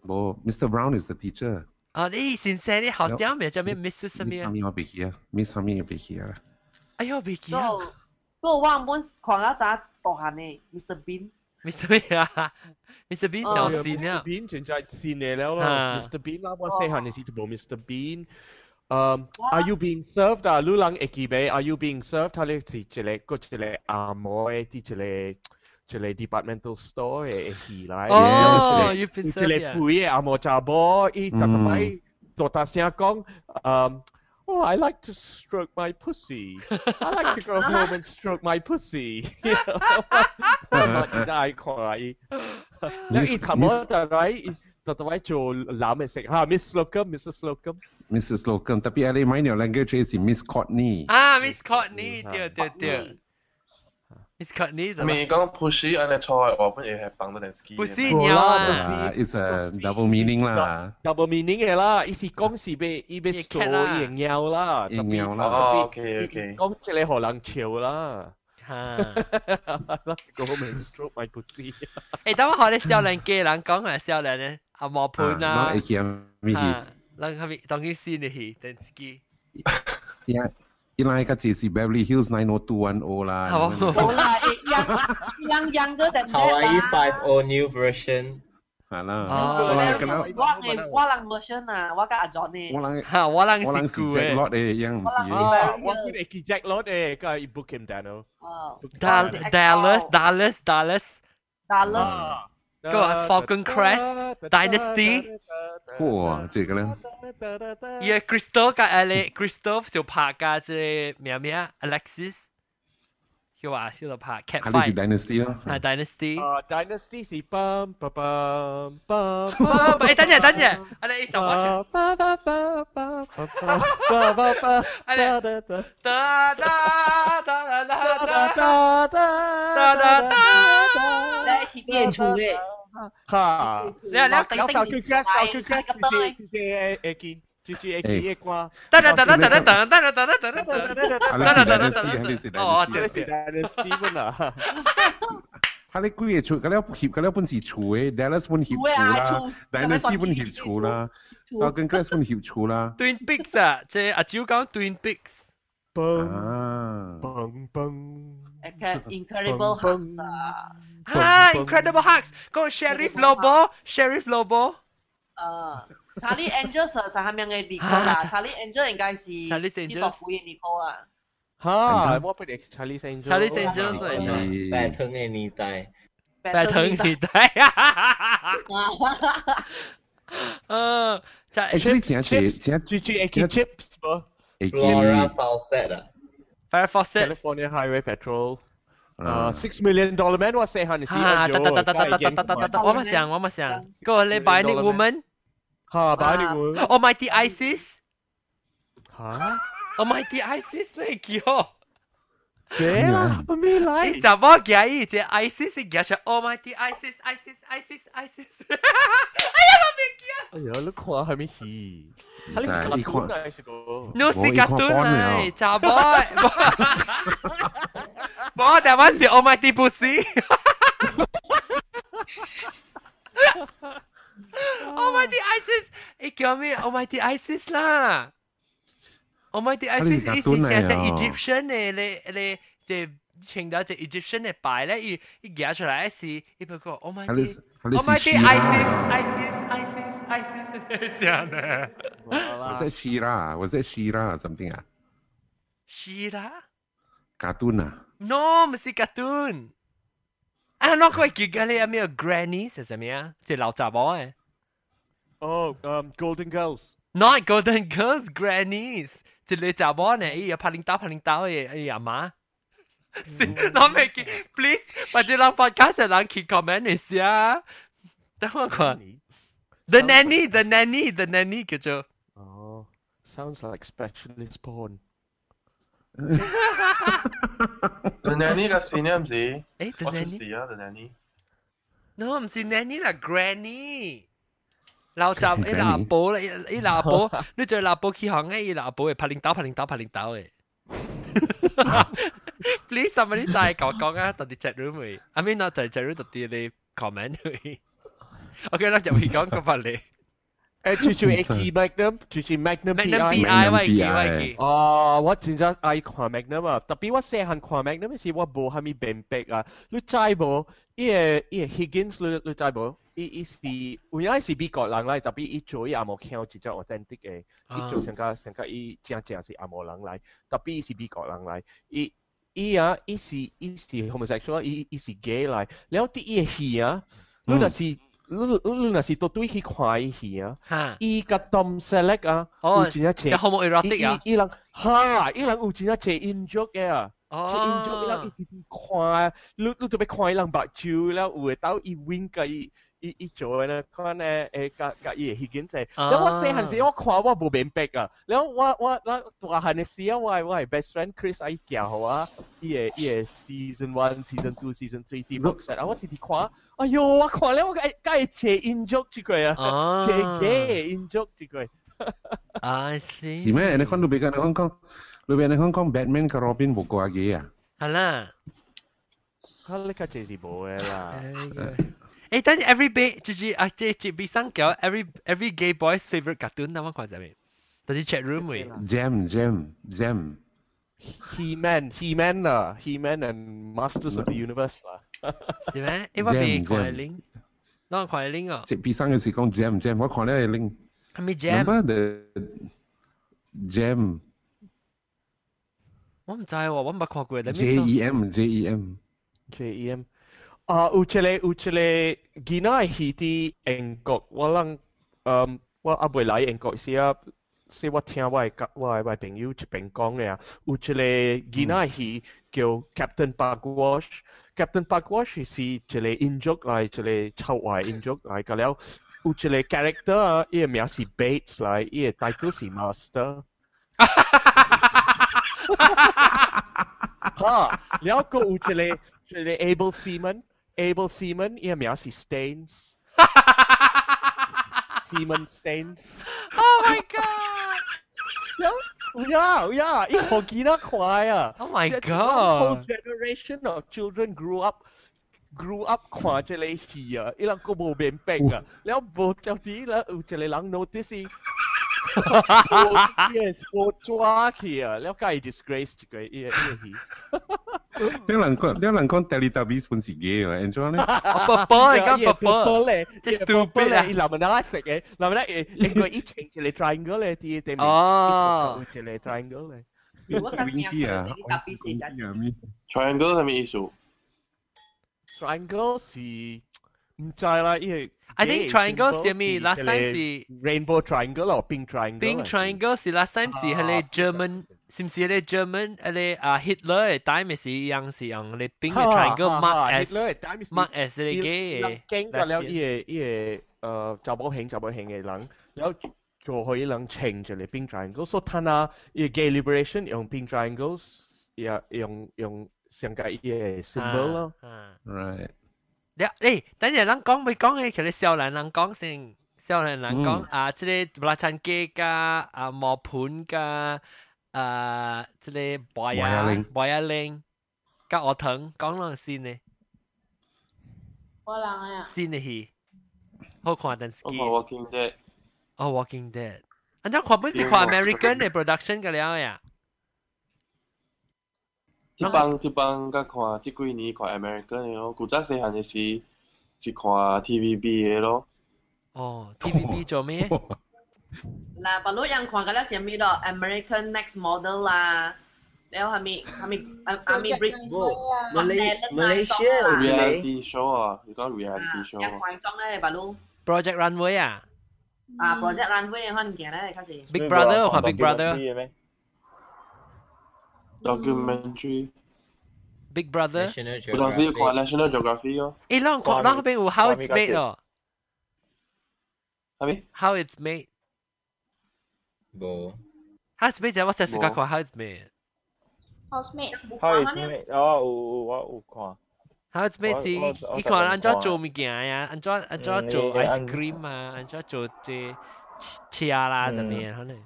บ่ Mr Brown is the teacher Ah, ni sin se ni hao tiam me jam Mrs มิ sam ส ya. ซามิเอาไปเขียมิสซามิเอาไปเขีย Ayo bi ki. ก็ก็ว่างบนของอาจารย์ต่อหันเอง Mr. Bean Mr Bean ah. Mr Bean 哦小 Yeah, sin Mr ya. Bean 真係善你แล้ว 啊啦，Mr Bean 啦，我細下你知道冇？Mr Bean，嗯，Are you being served 啊？你諗幾俾？Are you being served？他哋是一個個一個阿摩嘅，一個一個 departmental store 嘅起來。 Oh, you've been 一 served 個 ya. ปุ๋嘅阿摩查波，伊特特咪做大聲講，嗯。Oh, I like to stroke my pussy. I like to go home and stroke my pussy. Oh ได้ขออี แล้วอีกถามว่าจะไรจะจะไว้โจลามเมสเซกฮะมิสโลกัมมิสสโลกัม Mrs Slocum tapi ada main your language is Miss Courtney Ah, Miss Courtney, tio tio tio. Miss Courtney 我 the 咪講 push 安尼錯，我本嘢係幫到人 ski 嘅。 Pussy 鳥啊 Ah, it's a double meaning lah double meaning eh, 嘅啦，意思講是被伊被所營養啦，營養啦哦，OK，OK 講即你荷蘭橋 啦， Ha. 個 man stroke my pussy，诶，等我學你少年嘅人講嚟少年咧，阿磨盤啊， Ah, nak ikia mi hi. 啊，諗下咪當佢先你去，等自己。 Ya, ilang kat si Beverly Hills 90210 lah. 好啊 Nama- โอ้ละเอ๊ะยังยังยังก็แต่แม่ละ Hawaii Five O New Version Alah. Oh. Orang kenal ว่าไงว่าลังเวอร์ชันอ่ะว่าก็อาจอนเอง orang 嚇，我諗 orang 是 si 古 Jack 誒， Lord eh yang mesti. 我佢哋叫 Jack Lord 誒，個 book him Daniel。 เออ Dal- Dallas Dallas Dallas， ดัลเลอร์ 個 Falcon Crest Dynasty， Wah, cik kalau. 依個 Crystal 加 Ali Crystal 小拍加即係咩咩啊 Alexis，佢話小拍 Cat Kali si Fight， Dynasty lah. 啊 Dynasty。啊，Dynasty 是 bum bum bum bum 誒，等陣等陣，我哋就 watch。哒哒哒哒哒哒。哒哒哒。 ได้ทีเปลี่ยนชูเลย แล้วแล้ว ติ๊งติ๊ง 哒哒哒哒哒哒哒哒哒哒哒哒。 Kali si Dynasty, kali si 哦， Dynasty. 對對。 Kali kui eh, cu- kali apa hip, kali apa si cu eh. Dallas pun hip ชูเว cu ลา lah. ชู Dynasty pun hip ชู cu lah. ชู Falcon Crest pun hip cu lah. Twin Peaks à? 啊，即係阿蕉講 Twin Peaks。Um, Ah. เอ่อ incredible hunts อ่ะ Vâng, Ah, 啊，Incredible Hulk，個 Sheriff Lobo，Sheriff Lobo， เออ Ah. Charlie lah Angel สารสามยังไงดีก็ล่ะ Charlie Angel 应该是 Charlie's Angels 是ต่อฟูเย็นดีก็อ่ะ Charlie's Dạ, Angels 係嚟咪嘅嗯 แต่เธอไงนี่ตาย 拜 เทิ 託 ง 你哋。 Ah. 嗯，就 Actually, tiang cik, tiang eh, ฟลอ ki. ราฟาวเซตอ่ะ Fire Dạ, Fawcett， California Highway Patrol. Ah. Uh, six million dollar man was say honey. 啊，哒哒哒哒哒哒哒 Dạ. 哒哒，我冇想，我冇想，個 l e b a n i c Woman，Almighty Ha, body wool. ISIS，Almighty Ha? ISIS 嚟叫。 There lah, me 你 like. 怎么介意这 ISIS 嘅是 Almighty ISIS ISIS ISIS ISIS？哎呀，哎呀，你看係咪戲？睇你但係是呢格頓個啊，是個。我明嘅，你是格頓嚟，查某。 冇，但係是 Almighty Pussy。Almighty ISIS，你叫咩？Almighty ISIS 啦。Almighty ISIS 格意思頓嚟係隻啊 Egyptian 嘅，你你即請到隻 Egyptian 嘅牌咧，佢佢夾出來是，佢不過 Kali Almighty。 kali Oh si my dear, Shira. ISIS, ISIS, ISIS, ISIS. Siapa? Was that Shira? Was that Shira or something ah? Shira? Cartoon ah? No, mesti kartun. Ah, no, kau giga le, ambil granny sesamia. Cik lau cabau eh. 哦，嗯，Golden Oh, um, Girls。 Not golden girls, grannies. Cik le cabau ne, iya paling tahu paling tahu eh, iya eh? ma. เราไม่กิน please ปัจจุบัน podcast เสร็จแล้วคิด comment หน่อยสิอ่ะต้องมาก่อน the nanny the nanny the nanny ก็จะ Oh, sounds like specialist porn. The nanny 嘅線咧唔是？誒，The Eh, 我出 nanny 事啊！The nanny no 唔是 nanny 啦 granny เราจับไอ้ลาโป้เลยไอ้ลาโป้นึกเจอลาโป้ขี้หองไอ้ลาโป้ไอ้พัลิงเต้าพัลิงเต้าพัลิงเต้าเอ้ please somebody ใจายก่อนก่อนนะตัดที่ chat room เอ้ย I mean not ตัด chat room ตัดที่เลย comment เอ้ยโอเคเราจะไปก่อนก็พอเลย Eh, cucu Eki Magnum, cucu Magnum Magnum PI. PI ว่า Eki ว่า Eki 啊，我真正愛看 Magnum 啊，特別我細漢看 Magnum 是我無蝦米辨別啊。你知無？伊個伊個 Higgins，你你知無？伊伊是有影是美國人來，特別伊做伊阿無腔真正 authentic 嘅，伊做成個成個伊真正是阿無人來，特別伊是美國人來，伊。伊啊，伊是伊是 homosexual，伊伊是 gay 來，然後啲伊個戲啊，你若是你你若是到對去看伊戲啊。嚇伊甲 Tom Selleck ah, 啊，哦有真正即係 homoerotic 啊伊伊伊人哈，伊人有真正坐 in joke 嘅啊，哦坐 in joke "Eh, 伊人一直直看啊，你你做咩看伊人目睭啦？有會到伊 wink 嘅伊伊伊做嘅呢，看咧誒甲甲伊嘅戲件就係，啊因為我細漢時我看我無明白啊，然後我我我大漢嘅時候，我係我係 ah, best friend Chris 啊，伊教我啊，伊嘅伊嘅 season one、season two、season three ah. 啲 box set 啊，我直直看，哎呦，我看咧我介介坐 in joke eh. 出佢啊啊，坐 gay in joke 出佢。 I see สิแม่ในคอนดูเบกันในฮ่องกงดูเบในฮ่องกงแบทแมนกับโรบินบุกกว่าเกียอ่ะ ฮัลโหล เขาเล็กเจสีโบเอล่ะ เอ้ยแต่ every bay จริงๆอ่ะเจจิบีสังเกต every every gay boy's favorite cartoon นั่นมันคืออะไรแต่ที่ chat room เว้ย เจมเจมเจม He Man He Man ล่ะ He Man and Masters of the Universe ล่ะ ใช่ไหมเอ้ยว่ามี Jam, ควาย jam. ลิงน้องควายลิงอ่ะ เจ็บปีสังกันสิกองเจมเจมว่าขอได้ลิง มันมีแจม remember the เจม ว่ามันใจว่าว่ามันบักควายกูแต่ J ไม่ส E M J E M J E M Ah, อ่าอุเชเลอุเชเลกีน่าฮีที่อังกฤษว่าลังเอ่อว่าอับไปไลอังกฤษเสียเสียว่าที่ว่ากับว่าว่า朋友去เป็นกองเนี่ยอุเชเลกีน่าฮีเกี่ยว Captain Park Wash Captain Park Wash สิเชเลอินจ็อกไลเชเลชาวไลอินจ็อกไลก็แล้วอุเชเล character อ่ะเอียมีสิ Bates ไลเอีย title สิ Master ฮะแล้วก็อุจเลเจเล able seaman able seaman เอียมีสิ stains seaman stains Oh my god แล้วอุย่าอุย่าอีฮอกีน่าควายอ่ะ Oh my Just God one whole generation of children grew up grew up ขวาเจเลฮีอ่ะอีหลังก็โบเบนเป็กอ่ะแล้วโบเจ้าทีแล้วอุจเลหลัง notice อี โอ้เหี้ยโคตรจ้าเขียแล้วก็ไอ้ disgrace จิกไอ้เอี้ยเอี้ยฮี เรื่องหลังก็เรื่องหลังก็เทลิตาบีสเป็นสีเกย์อ่ะเอ็นจอยเนี่ย Purple, Yeah, kan yeah, purple. purple leh. Just eh, Yeah, stupid purple leh. ah. Ih, lama nak asyik, eh. Lama nak, eh, eh, kau each change leh, triangle leh, ti, tembik. Oh. Ikut kau leh, triangle eh. leh. 我真惊 กี้อ่ะ tapi sejati. Triangle 係咩 issue？ Triangle si, mencai lah, eh, I think gay, triangle simple si mi, si, last time leh, si- rainbow triangle or pink triangle eh, Pink lah si. Triangle 是 last time 是迄個 German，是唔是迄個 German 迄個啊 Hitler 嘅 time 是一樣是用你 Pink 嘅 Ha, Triangle ha, mark ha, as Hitler ah, at time is- mark as 你 Il- gay 人驚㗎了，嘅。伊個伊個呃查某興查某興嘅人，然後做可以人 change 嚟 pink triangle，所以佢啊伊個 gay liberation 用 pink triangles，也用用上個伊個 À. symbol 咯。 right 了誒，等陣咱講未講嘅，其實少年人講先，少年人講啊，即個拉餐機加啊磨盤加啊即個白牙磨牙鈴。白牙鈴加學堂講落先呢，我 lah, 人哎呀，先呢係好看但是我冇 Walking Dead。 Oh, Walking Dead。อันนั้นความไม่สิความ American ใน production กันแล้วอ่ะ 即幫即幫甲看，即幾年看 American 嘅咯，古早細漢嘅時是看 TVB 嘅咯。哦，TVB 做咩？嗱，白佬人狂嘅咧，成咪咯，American Next Model lah. 啦，你有係咪係咪係係咪 Brick Malay- Talent lah, 啊 Malaysia Ah, 裝啊 reality show ah. 啊，你講 Ah, reality show ah. 人啊。狂裝咧，白佬 Project Runway 啊啊，project Ah, runway 可能見咧，開始。 ，Big Brother 看 Big Documentary Brother。 Documentary Big Brother 有陣時要看 National Geography 咯。诶，ลองขอลอว่ามีงไปอู่ how ว่ามี it's การ made เก็บ เหรอ ฮะพี่ how it's made โบ how it's made จะว่าเสร็จสุดก็ บ่ ขอ how it's made housemate เฮ้ยใช่ไหมอ๋ออูอูว่าอูขวา how it's made สิ ว่าว่าว่า อีกคนอันจ้า ว่า โจมีกี่อันอ่ะอันจ้าอันจ้า อืม โจ นี่ ไอ อั ศ น ครีมมาอันจ้าโจเจเชียร์ลาจะมีเท่าไหร่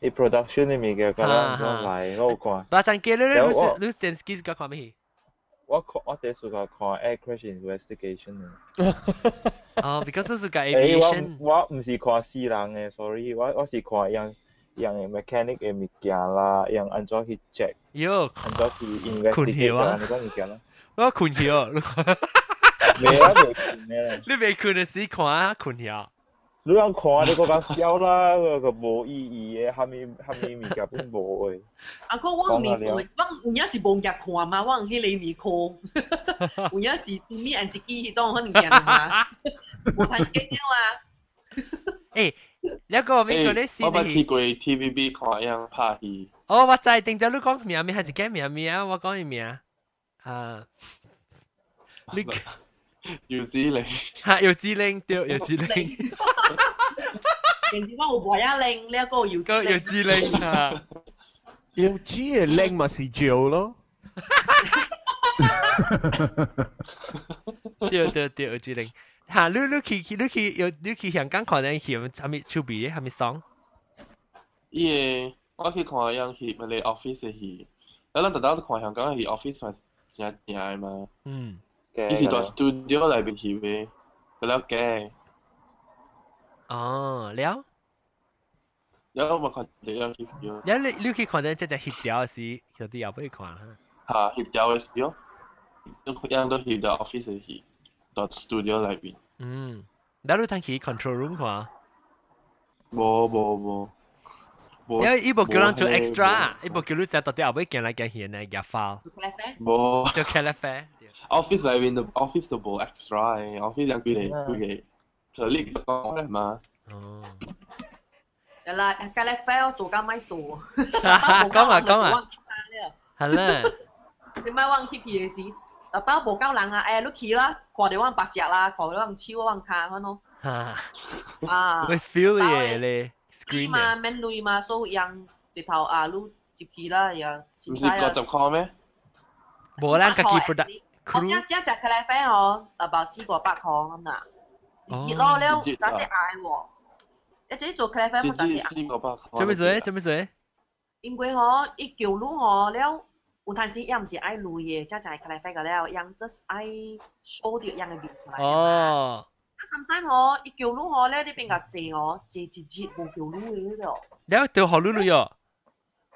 ไอ้โปรดักชันนี่มีเกี่ยวกับเรื่อง ฮะฮะ อะไรก็อูขวา บาจังเกลือ แล้ว รู้สึก ว่ารู้ รู้สึกเดนสกี้ก็ความไม่เห็น ว่าขอว่าเดี๋ยวสุดก็ขอ air crash investigation เนี่ย อ๋อ because รู้สึกกับ เอ้ยว่า aviation ว่าไม่ใช่ขอสีรังไง sorry ว่าว่าสิขออย่างอย่าง mechanic เอ็มเกียร์ละอย่างอันจ้าที่ check โยก อันจ้าที่ คุณเหี้ investigate ยว กั อะ นอันจ้าที่เกียร์ละ ว่าคุณเหี่ยว ไม่แล้วเดี๋ยวคุณเนี่ย นี่เป็นคุณสิขวาคุณเหี่ยว 你人看你嗰個笑啦， 嗰個冇意義嘅，下面下面物件本冇嘅。啊，嗰我唔講下了我我有時冇日看嘛，我唔去你面看，我有時你按自己迄種可能見嘛，我睇見了啊。誒，你講 เอ้ 咩 ย 講咧？ ว่าไปที่ 先 กุย TVB ขออย่างพาฮี 哦，我知，定咗你講名咩？還是講名咩啊？我講嘅名啊，你 อยู่ซีเลย 嚇姚志玲對，姚志玲，人哋話我話一零，呢一個要個姚志玲啊，要知嘅拎咪是做咯。對對對，姚志玲嚇，你你去去你去有你去香港可能嫌係咪出鼻咧，係咪爽？ อีเอว่าคือขออย่างฮีมาเลยออฟฟิศฮีแล้วเราแต่เราขออย่างก็ฮีออฟฟิศมาจริงจริงมา 嗯， อี 嘅 สิตัวสตูดิโออะไรเป็นฮีเวแล้วแก 哦，了 แล้วมาขอเรื่องฮีเดียว 了，你你去可能即係協調時，有啲又俾佢看嚇。 หาฮีเดียวเลยสตูดิโอยังต้องฮีเดียวออฟฟิศฮีตัวสตูดิโออะไรเป็น 嗯，แล้ว你睇佢 control room 看。 โบโบโบโบ 因為呢部叫人做 extra，呢部叫你就到底後尾見嚟見去呢，夾花 โบ 做 cafe。 ออฟฟิศอะไรเป็นออฟฟิศตัวโบเอ็กซ์ตร้าเอออฟฟิศยังกุยเลย嗯กุยเลยจะรีบก็ได้มา 係啦，隔離 fail 做加咪做，講啊講啊，係啦，你咪忘記皮嘅事，特登無夠人啊，誒 l o o k 啦，看到我白隻啦，看到我超我卡嗰種嚇，啊會 feel 嘢咧，screen 嘛，嘢。面對嘛，所以人直頭啊 l o 接皮啦，又唔是個集礦咩？無咱家己 product 我只 crew，只隻隔離 fail 我，啊爆四個百礦咁嗱，熱咯，哦，你打隻嗌喎，你自己做隔離 fail 冇啊打隻嗌。呢個包括做咩水？做咩水？因为吼，伊叫路吼了，有阵时也毋是爱累诶，才才开来发个了，人 just 爱 show 着人诶面出来。哦，啊，sometimes 吼，伊叫路吼咧，你边个坐吼，坐一日无叫路诶迄个，哦你要對好女女哦。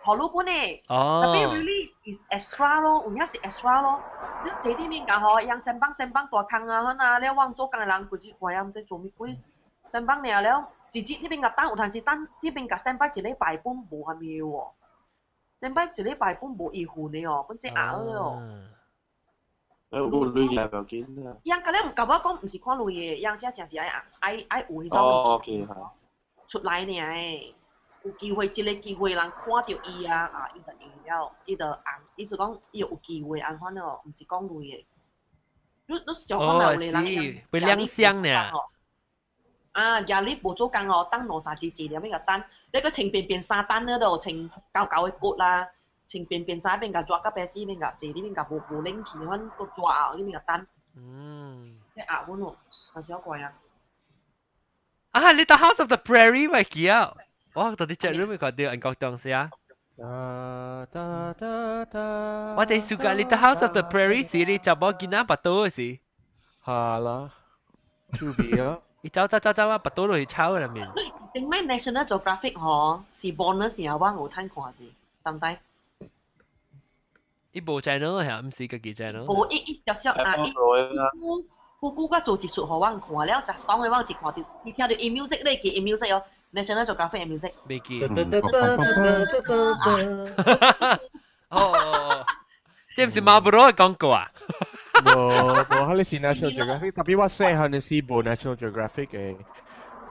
好路本诶。特别哦， release is extra 咯，有影是 extra 咯。你坐啲面讲吼，人先帮先帮大坑啊，可啊，你往做工人，估计我也毋知做咩鬼，先帮了了，直接呢边个等，有阵时等呢边个先帮一礼拜半无虾米喎，先帮哦一礼拜半无一份的哦，本只牙哦。誒，我女嘅又見啊啦。人家咧唔甲我讲，毋是看累嘅，人家真是爱爱爱有迄哦种，OK，係。出来呢诶。有機會，一個機會，人看到伊啊，啊，伊就贏了，伊就紅，啊伊就講伊有機會，安反哦，毋是講累嘅。你你是講哦，講我有知，人贏會兩箱呢。哦啊，廿日無做工哦，等兩三日字了，咩個等？你個情變變三單咧度，情搞搞嘅骨啦，情變變三邊個抓個白絲，邊個字，呢邊個無無拎起，反個抓啊，呢邊個等，嗯，即壓穩喎，有少怪啊。啊，你到 House of the Prairie 咪記啊？我到啲 chat room 咪講到英國東西啊。我哋暑假 Little House of the Prairie 時，你就冇見啊，白刀嗰時。下啦，超 B 啊！伊走走走走啊，白刀落去抄入面。定咩 National Geographic 嗬，是 bonus 時候我有聽看是，但係伊無 channel 係啊唔是家己 channel？我一一小小啊，一姑姑姑個做技術好我看了，就爽嘅我一看到，你聽到 e music 咧，記 e music 哦，National Geographic e music。未記。哦，即係唔是 Marlboro 嘅廣告啊？冇冇，哈你是 National Geographic，特別我細漢嘅時冇 National Geographic 嘅，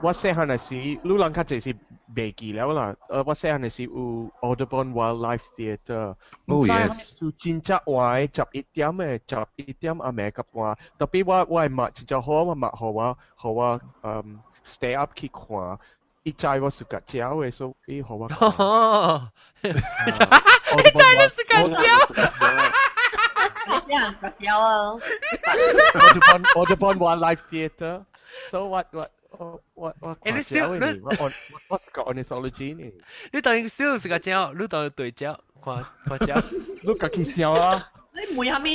ว่าเสียหันนะสิลูกหลังคัดเจสิเบกีแล้วล่ะเออว่าเสียหันนะสิอู Audubon Wildlife Theatre มัน Oh, ใช่ yes. มันสุจินจะไว้จับอีเตียมเออจับอีเตียมอเมริกับว่าแต่ปีว่าว่ามาจินจะฮอว่ามาฮอว่าฮอว่าเอ่อ stay up ขี้ขวาอีใจว่าสุกัดเจ้าเว้ย so อีฮอ ว่า 哦， อีใจว่าสุกัดเจ้า 这样撒娇哦。 Audubon Audubon Wildlife Theatre so what what what what เอ้ยนี่ still- เจ้าเว้ยนี่ว่า on what's got ornithology นี่ 你当然少是个鸟，你当然对鸟，看看鸟。你家己想啊，你问下咩？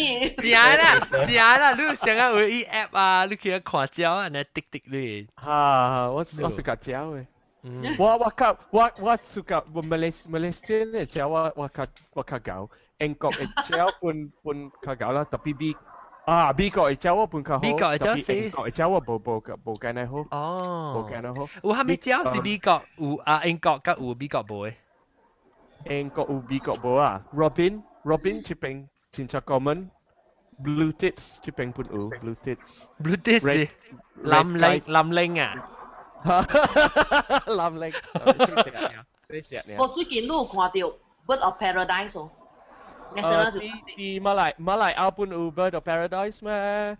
真啦，真啦，你上啊有一 app 啊，你去看鸟啊，那滴滴你。哈，我是对我是个鸟诶。我我较我我是个我马来马来西亚的鸟，我我较我较高。英國嘅鳥本本較高啦，特別比啊美國嘅鳥我本較好，美國嘅鳥特別英是國嘅鳥我無無無咁樣好，哦無咁樣好。有哈咪鸟是美國有啊，英國甲有美國无诶。英國有美國無啊？Robin Robin 出邊真正 common。Blue tits 出邊本有 Blue tits。 Blue tits 是 Red- red 藍領 guide 藍領啊。藍領，呢隻啊，呢隻啊。我最近都有看到《Bird of Paradise》哦，你想呃到就啲啲馬來馬來亞本有 Bird of Paradise 咩？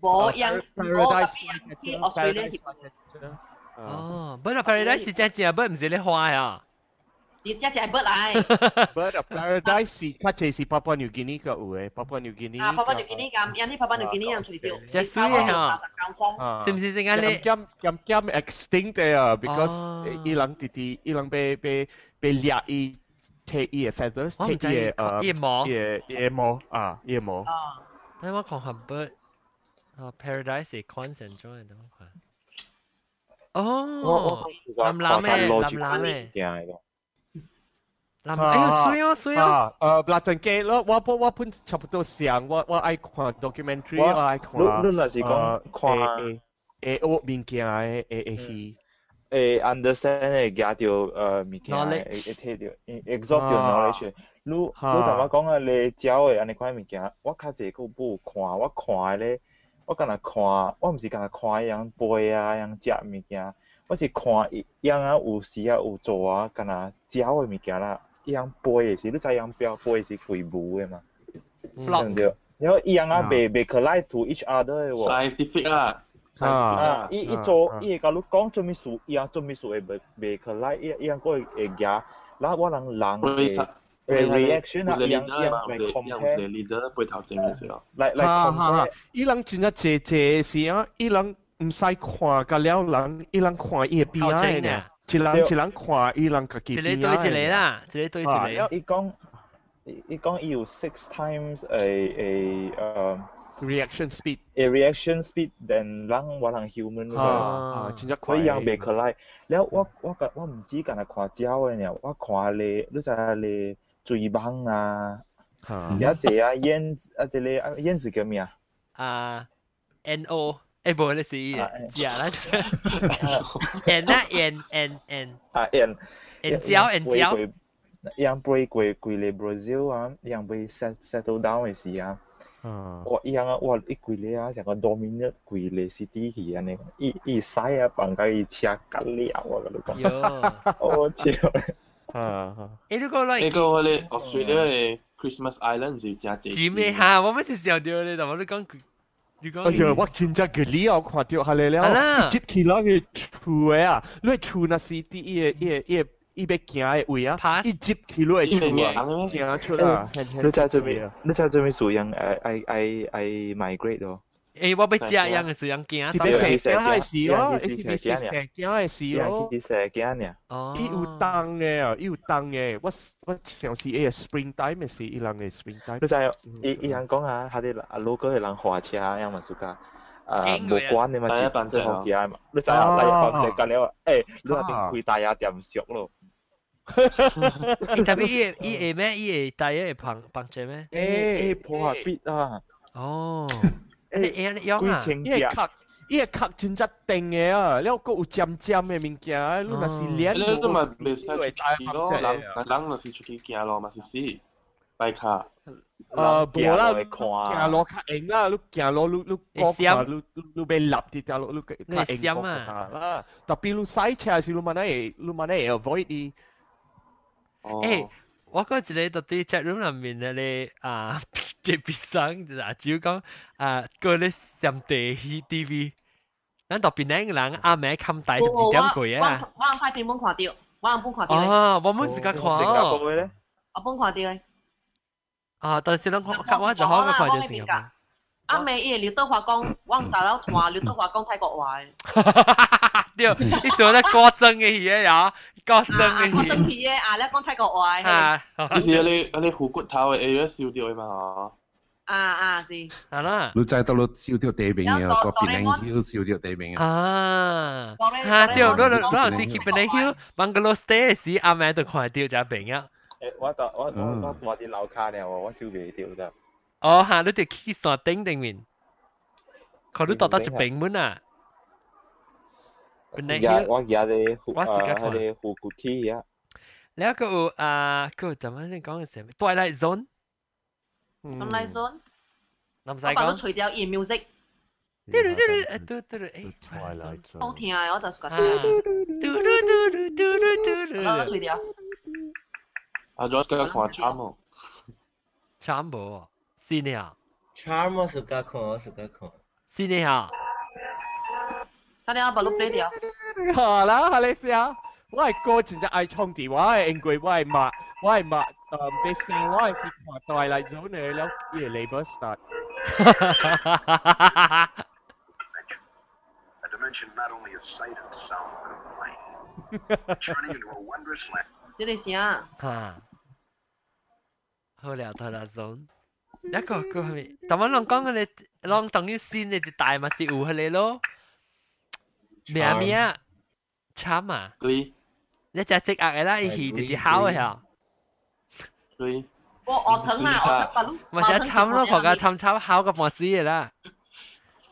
冇呃人，冇 Paradise 特別人 Paradise 啲 Australia 協哦，Bird of Paradise 是真正 Bird 唔是咧花啊。你只只 Bird 來 Bird of Paradise 是較濟是 Papua New Guinea 嘅有嘅，Papua New Guinea 啊，爸爸就見你咁，人啲爸爸就見你人除掉，真係衰啊是不是這樣咧咧？咁咁咁 extinct 嘅啊哦，because 伊人弟弟伊人被被被掠伊 take 伊嘅 feathers 我唔 take 知伊嘅佢誒夜魔伊嘅伊嘅毛啊伊嘅毛。但我看看 Bird 啊 Paradise 是 Consent Joy 等我看。哦，藍藍嘅，藍藍嘅，藍藍，哎呦，水哦水哦。啊誒嗱陣記咯，我我我本差不多上，我我愛看 documentary，我我愛看。你你若是講呃看誒誒誒，我面鏡誒誒誒。诶，understand 诶，加到诶物件， Knowledge 诶诶，睇到，exalt 到啊 knowledge 的。你你啊同我講啊，你鸟诶，安尼款物件，我较济个冇看，我看咧，我干那看，我毋是干那看伊人飞啊，伊人食物件，我是看伊伊人有时啊有做啊，干那鸟诶物件啦，伊人飞诶时，你知伊人标飞是规舞诶嘛？ Flock 对，然后伊人啊啊袂袂 collide to each other 诶喎。 scientific 啊，啊！伊伊做啊伊会甲你講做秘書，伊人做秘書會袂袂去來，伊伊人個會會夾，然後我人人佢會實會 reaction 啊，伊人伊人來佢佢 compare， leader 背頭正嘅時候，來來哈哈 compare 哈。伊人真正坐坐是啊，伊人毋使看甲了人，伊人看伊边頭仔前呢啊，一人一人看伊人家己一个对邊仔一个呢。啦，一个对一啊，然个後。伊講伊伊講伊有 six times a a 誒 reaction speed a reaction speed than 人我人 human 啊啊，真正所快以人袂去來。然後我我甲我毋止干那看鳥誒呢，我看咧，你知影咧追蚊啊。啊有一隻啊燕子，啊一個啊燕子叫咩啊？啊，N O，哎，不，那是假啦，N 啊，N N N，啊燕。燕子哦燕子哦人飛過過嚟 Brazil 啊，人飛 set settle down 嘅時啊，啊哇！伊人啊，哇！伊過嚟啊，成個 dominant 過嚟 city 去啊安尼，伊伊使啊，放假伊車隔了啊，我甲你哦有講，，我笑。啊，哎，如果来呢個我哋 Australia 嘅 Christmas Island 是真正姐妹哈，我们是想到你，但我你讲，你讲，哎呀，我真正嘅你又看到下嚟啊啦了，接起人嘅厝嘅啊，你的厝那是啲伊嘅伊嘅伊嘅伊要行嘅位啊，伊接起你嘅伊厝的啊，人行出啊，你知做咩？你知做咩事？人哎誒誒誒誒 migrate 咯。哎，我被假样的是样惊，是俾蛇惊嘅事咯，是是俾俾蛇蛇驚嘅惊嘅事咯。伊蛇驚嘅。哦伊有冻嘅啊，伊有冻嘅。我我上次诶 spring time 嘅是伊人嘅 spring time。你知嗯伊伊人講啊，佢哋啊老哥嘅人花車，因為暑假啊驚無佢啊關你嘛，大只一班只仔學啊嘢嘛。你知啊，啊第一班仔講了，誒，你入邊開大家店熟咯。伊特别伊伊会咩？伊会大约会帮帮姐咩？誒誒破下必啊，哦，你哎你样幾啊？千伊个隻。壳，伊个壳真正定嘅啊，了佫有尖尖嘅物件，你若是你连你都咪冇袂使出去咯，人人若是出去行路嘛是死，拜卡。呃，行无啦，路会你看行路较硬啦，你行路你你会闪你你你被立跌掉路，你你会较硬闪過啊佢啦。特別你駛車時，你慢慢會你慢慢會 avoid 啲。哦诶、我嗰陣你到啲 chat room 入面咧， 啊，特別生嗱，主要講啊，嗰啲上地 TV，咱特別靚人阿妹冚大十二點我攰啊！我我快啲搬垮掉，我搬垮掉。哦，我冇時間看新加坡哦。嘅咧，我搬垮掉。啊，但是咱看看我就好嘅看就成 日。阿妹伊劉德華講，我唔打到團，劉德華講泰國話。對，你做得過真嘅嘢呀，過真嘅我嘢登記嘅，啊，你講泰國話。啊，你是你你虎骨頭嘅 A S 燒掉嘛哦嚇？啊啊，是。係啦。你知道你燒條地餅有嘅，多個多變檸靚燒燒條地餅啊！啊， Sorry，嚇 sorry，對，我嗰陣我嗰我陣時去 b e n a Hill Bungalow Stay 嘅時，阿妹就看到隻朋友。誒，我大我我我大啲樓卡咧，我我燒袂掉咋。哦，嚇，你條 key 上頂定面，佢都度得隻平門啊。本來要而我而家咧，我是啊，甲看迄個虎骨起啊， แล้วก็อูอ่าก็จำไม่ได้ก่อนเสีย Twilight Zone 咁嚟講， นำใส่ก่我把 อ 都 น 除掉 E music， ตื้อตื้อตื้อตื้อเอ้ย Twilight Zone 好聽啊，我就覺 อ่า 得， ตื้อตื้อตื้อตื้อตื้อตื้อตื้ 我都 อ 除掉。啊，仲有佢看 Charm ช้ำบ่ซีเนี่ย Charm 我是甲看，我是甲看。 ซีเนี่ย 等下我把都 play 掉。好啦，哈利斯啊，我係個真正愛創啲，我係英國，我係馬，我係馬，誒，俾聲我係是看大嚟咗你了，嘢 labour start。 a dimension not only of sight and sound, but of light, turning into a wondrous land. 即係啥？ ฮ่าโหแล้ว Twilight Zone แล้วก็ก็ให้แต่ว่าลองก้องกันเลยลองตรงนี้ซีนเนี่ยจะตายมาสิอูให้เลยโลเมียเมียช้ำอ่ะ Glee 你只隻鴨嘅啦，以前直接烤嘅嚇， Glee，我我疼啊，我把都。咪就參咯，婆家參參烤個半死嘅啦，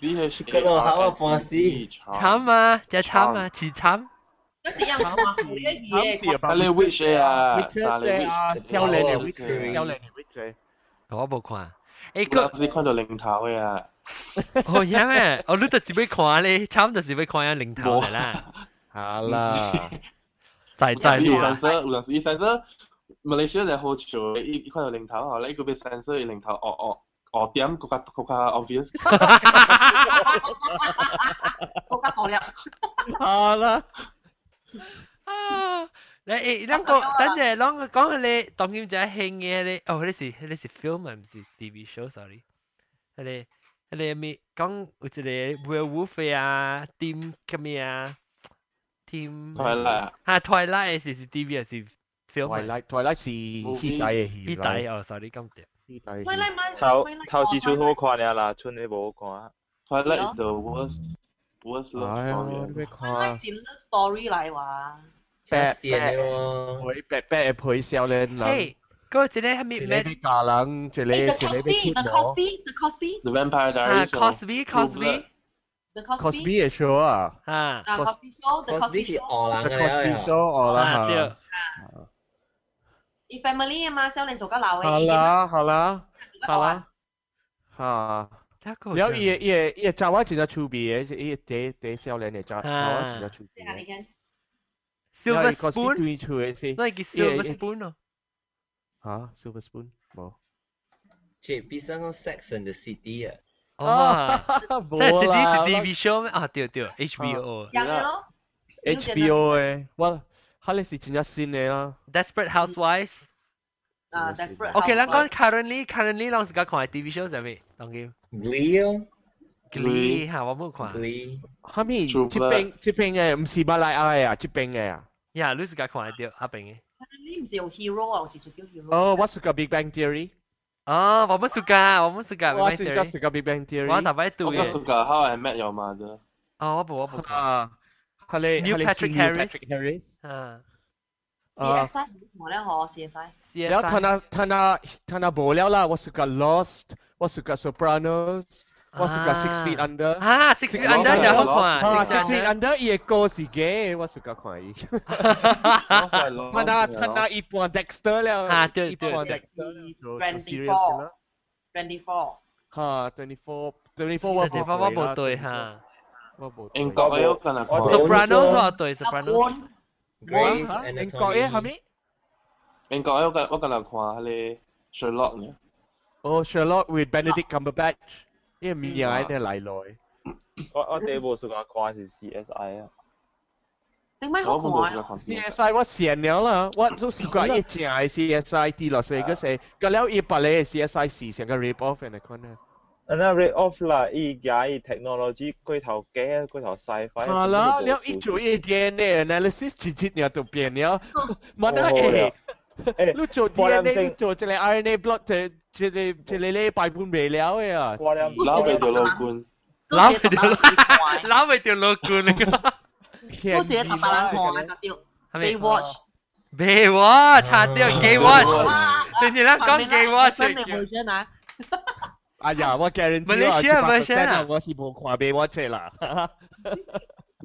你係食嗰度啊考我半死，參啊，只參啊，似參，嗰時有冇話冇一嘢？啊你 Witch 嘅啊， Witcher 嘅啊，少年嘅 Witcher，少啊年嘅 Witcher。我冇看。誒我啱先看到零頭嘅啊，哦，因為我呢度是要看咧，參就是要看下零頭嘅啦，好啦，在在有呢三啊，色，有三色，三色。Malaysia 人好笑嘅，一一看到零頭後咧，一個俾三色嘅零頭，哦哦哦點更加更加 obvious。我加好了。好啦，啊，你誒兩個等陣，兩個講下你當然就係興嘅你，哦，呢是呢是 film 啊，唔是 TV show，sorry，你你咪講有一個 werewolf 啊，team 咁咩啊，team。 Twilight 啊，Twilight 是是 TV 還是 film 啊 Twilight Twilight 是希底嘅希呢底哦，sorry，咁 ờ, 掉。希底。咪嚟咪頭咪嚟。頭一出好看爾啦，剩咧無好 Twilight is the worst worst love 哎呀，你 story。咪咪看，是 love story 嚟話。白嘅白喎，陪白白陪少年人嘿，，嗰陣咧係咪一咩個？俾嫁人，一個誒一，the 個俾 Cosby，the 天魔。 Cosby，the Cosby，the The 啊 Vampire Diaries 咯。 ，Cosby，Cosby， Cosby， Cosby 嘅 show 啊啊啊，Cosby show，the Cosby 是 Cosby show。荷蘭嘅，Cosby 嚟 show 我啊，啦對嚇。，伊 family 啊嘛，少年做家鬧好嘅。啦，好啦，好好啦啦，嚇。他嗰了伊伊伊查某真正趣味嘅，伊第第少年嘅查查某真正趣即味係你嘅。聽。啊 Silver Spoon，對趣嘅是那叫 Silver Spoon à? 咯。嚇，Silver Spoon 冇。即係 Bison 嗰 Sex and the City 啊，哦，即係冇 CD 啦是 TV show 咩？啊，對對，HBO。有嘅咯。 ，HBO 嘅，我哈你是真正新嘅啦。 Desperate Housewives。啊，desperate。 OK，咱講 currently currently 咱是講看 TV show 上面，當然 Leo Glee 嚇我冇看， Glee 下面即邊即邊嘅唔是馬來亞啊，即邊嘅啊。呀，你是講看掉阿炳嘅。你唔是用 hero 啊，我直接叫 hero。哦，我是個 Big Bang Theory，哦，我冇暑假，我冇暑假，我冇真正 theory，是個 Big Bang 我 Theory。頭擺度我告嘅。訴佢 How I Met Your Mother。哦，我冇我冇看。啊，哈你 New 哈你 Patrick Harris Patrick Harris。啊 CSI 我咧，我 CSI。 ，C แล้ว S ธนาธนาธนาโบแล้วล่ะว่าสุกา Lost ว่าสุกา Sopranos 我是講 six feet under 啊，six feet under 就好看啊，six ，six feet under 伊個歌是嘅，我是講看伊。 他那他那一半 Dexter 了，啊對一半對對 Dexter 就 Randy 就 serial killer Four。Randy Four，哈，twenty four twenty four 我 Twenty four 我冇對哈，我冇對。英國嘅有可能看。 Sopranos 我對 Sopranos， One Grey's 哇英 Anatomy 國嘅係咪？英國嘅有可我可能看下咧 Sherlock 呢。哦，Sherlock with Benedict Cumberbatch，因為名係啲來來。我我第一部是講看是 CSI 啊，點解我本好冇看是啊？看 CSI 我成了啦，我都試過一隻係 CSI 啲落水嗰時，個了一百咧 CSI 時成個 rip off 嚟看啊。人家 rate off 啦，伊家伊 technology 過頭假，過頭 sci-fi。好了，了一九一 DNA analysis 直接了就變了，冇得好誒了。你做 DNA 你做即係 RNA block 就即係即係咧敗半未了嘅啊。我哋撈佢條老官，攬佢條 攬佢條老棍嚟個都是一個白蘭看啊，嗰條 係咪 They Watch。 ？Baywatch，差 Ờ. 啲 Gay Watch，啊突然 Ờ, 間講 Gay Watch 真嘅叫 version 啊，哎呀，我 guarantee 唔係你 share 唔係 share 啊我是冇看俾我出啦。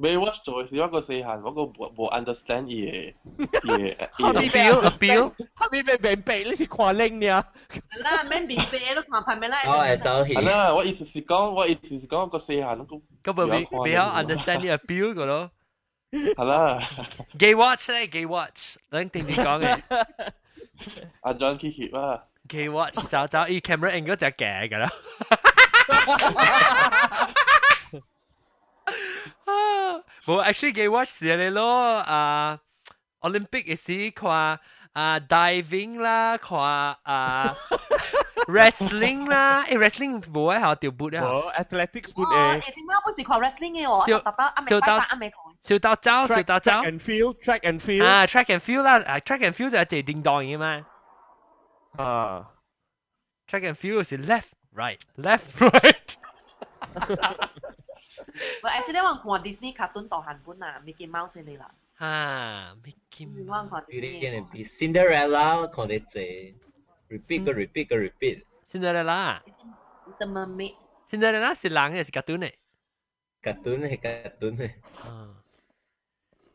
你 watch 做嘅時候我個細漢，我個冇冇 understand 伊嘅伊嘅 Appeal，appeal 後面被人背，你是看拎呀？係啦，Man B B 都看拍咪啦，我係走去係啦，我意思是講，我意思是講個細漢嗰根本未未好 understand 呢個 bill 個咯。係啦， Gay Watch 咧，Gay Watch，等定住講嘅。阿 John 去翕啊， Gay Watch 找找以 camera angle 就假噶 啦。冇，actually Gay Watch 是你咯，啊，Olympic 嘅時看啊 à, diving 啦，看啊 wrestling 啦，誒 wrestling 冇喺校掉 boot 啊，我 athletics 哦本誒點誒解好似看 wrestling 嘅我？小特登阿小明刀拜拜阿明講。小刀招，小 track 刀招 track。and field，track and field 啊，track and field 啦，啊 track and field 就係地叮當嘅嘛啊， ，track and field 是 left right left right。喂，actually 我看 Disney cartoon 當行本啊，Mickey Mouse 嚟啦，啊，Mickey 我看 Mouse。 Beauty and the Disney 嘅。 Beast Cinderella 我看得多 repeat 個 repeat 個 repeat 現在的啦， The Mermaid 現在的啦是狼也是 cartoon 呢。 cartoon 係 cartoon 係啊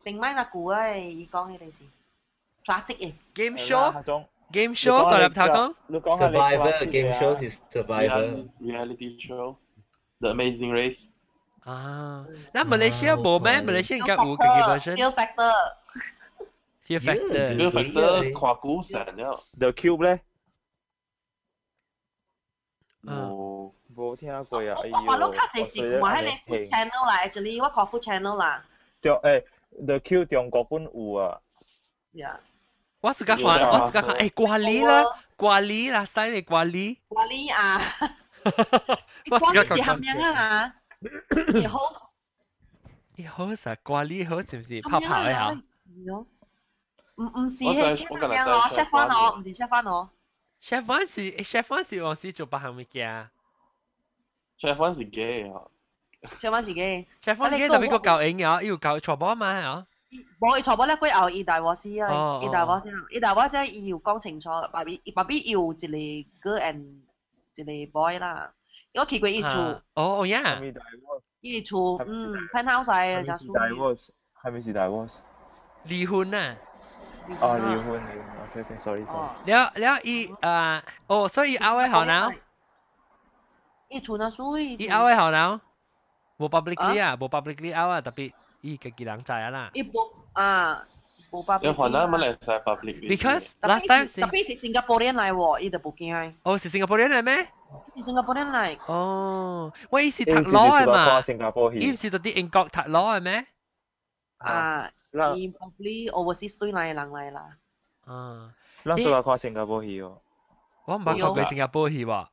定咪那古咧，伊講嘅哋是 classic 嘅。 ，game 那 show 種 game show 到入頭講，你講下你 survivor classic game 嘅 show 啊是 survivor reality show，The Amazing Race，啊，那 Malaysia 冇咩？Malaysia 而家有佢嘅 version。 Fear Factor。 Fear 《 Factor。 Bill Factor》看股神了， The Cube 咧，嗯冇冇聽過啊！哎呦，我碌卡就是唔係喺你 Food Channel 啦，actually 我講 Food Channel 啦。中誒 The Cube 中國本有啊，呀，我是講看，有啊我是講看，誒掛梨哎啦好啊，掛梨啦，犀利掛梨。我呢啊，我是你講講嘅是咁樣看，啊嚇。好，咦哎好實掛梨好啊是唔是泡泡一下？唔唔是我就係係我咁近日樣就咯係，chef 翻我，唔是 chef 翻我。 Chef One 是誒 Chef One 是王是做八項乜嘢啊最反是 gay 啊，想翻自己， ？Chef One 嘅就俾個舊影嘅，要舊錯波嘛係啊？冇佢錯冇咧，佢熬二大鑊先哦啊，哦二大鑊先，二大鑊先要講清楚，爸比爸比要一個 girl and 一個 boy 啦。我見過伊啊做，哦哦呀係。咪大 Wars？伊做，嗯，penthouse 係曬咪就是輸大 Wars？係咪是大 Wars？Ờ, 离婚啊！啊，À. 離婚離婚，OK OK，sorry，sorry。哦，了了一啊、哦，所以一阿威好难，伊做那所以一阿威好难，无 publicly 啊，无 publicly out 啊，特别伊家己人知啊啦。伊冇啊，冇八你看咱馬來西亞 public race Because 特別 last time 特是別是新加坡人嚟喎，伊就冇驚。哦是 Singaporean 嚟咩？是新加坡人嚟，哦，喂，伊是因读為之前 law 是啊嘛講，新加坡伊唔戲，是讀啲英國讀 law 係咩？À. 啊，咱伊 probably overseas 對嚟嘅人嚟啦。啊，咱是話講新加坡戲哦。我唔捌看過新加坡戲喎。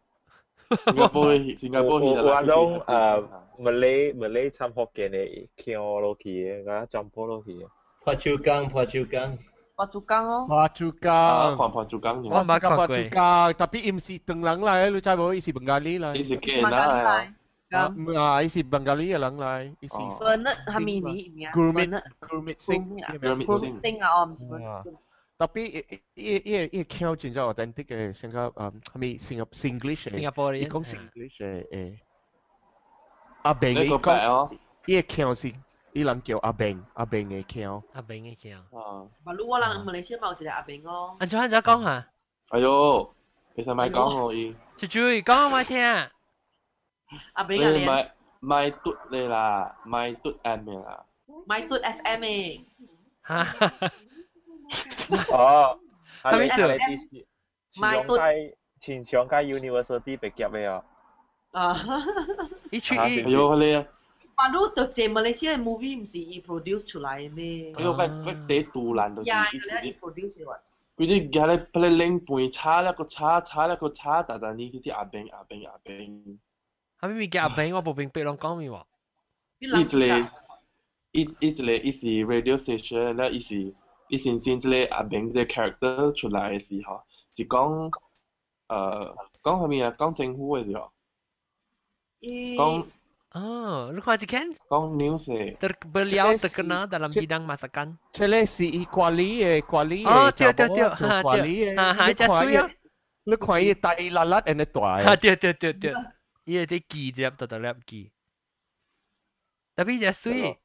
新加坡的新加有坡的有有那種誒 à Malay Malay 參福建嘅傾落去嘅，嗰陣波落去嘅。破超工破超工我做工咯，花珠啊，江，看看就講我唔嘢，捌看過花。珠江，特別唔是鄧人嚟，你知冇？伊是孟加拉你嚟，是 gay 啦係啊，咁唔啊，伊是孟加拉嘅人嚟，伊是 Ờ. 哦 Bernard 係咪你名 Gurmit Gurmit Gurmit啊 Gurmit Singh，Singh 定啊，我唔知。特別伊伊伊伊腔轉 ờ, 咗 authentic 嘅新加啊，係咪新加 Singlish 新嚟加？坡伊人講 Singlish 誒誒，阿炳你嘅個講白哦，呢個腔先，呢人叫阿炳，阿炳嘅腔。阿炳嘅腔。哦。 Mà lúc đó là mình lấy chiếc màu chỉ là à bình ngon. 安怎安怎讲啊？哎哟，其實咪講我伊，啾啾，讲我听。 À bình à 你 liền. 咪咪嘟你啦，咪嘟 M 嘅啦。 Mai Tut FM ấy. 哦，係咪係做係啲賣前上街前上街 University 畢業嘅哦。 À. 哎呦，你啊， Mà lúc đầu chế Malaysia là movie không gì he produce出来 mê. 哎呦，喂喂，第杜蘭就是 Yeah, cái này he produce rồi. 佢啲嘢咧，佢哋拎盤叉一個叉叉一個叉，但但呢啲阿炳阿炳阿炳，阿咪咪叫阿炳，我無炳白龍講咪喎。 Biết 一 lắm 直嚟一一直嚟，一時 radio station 咧，一時一時先即係阿炳嘅 character 出嚟嘅時候，是講誒講下面啊，講政府嘅時候，講哦，你看一看，講 news 嘅 ter beliau terkenal dalam bidang masakan. 即係是伊瓜里嘅瓜里哦嘅對查某對啊對做瓜里嘅，哈哈哈你這看水啊伊你看伊大辣辣 and 大啊，嘅，對對對對，伊個啲記者特特粒記，特別只水，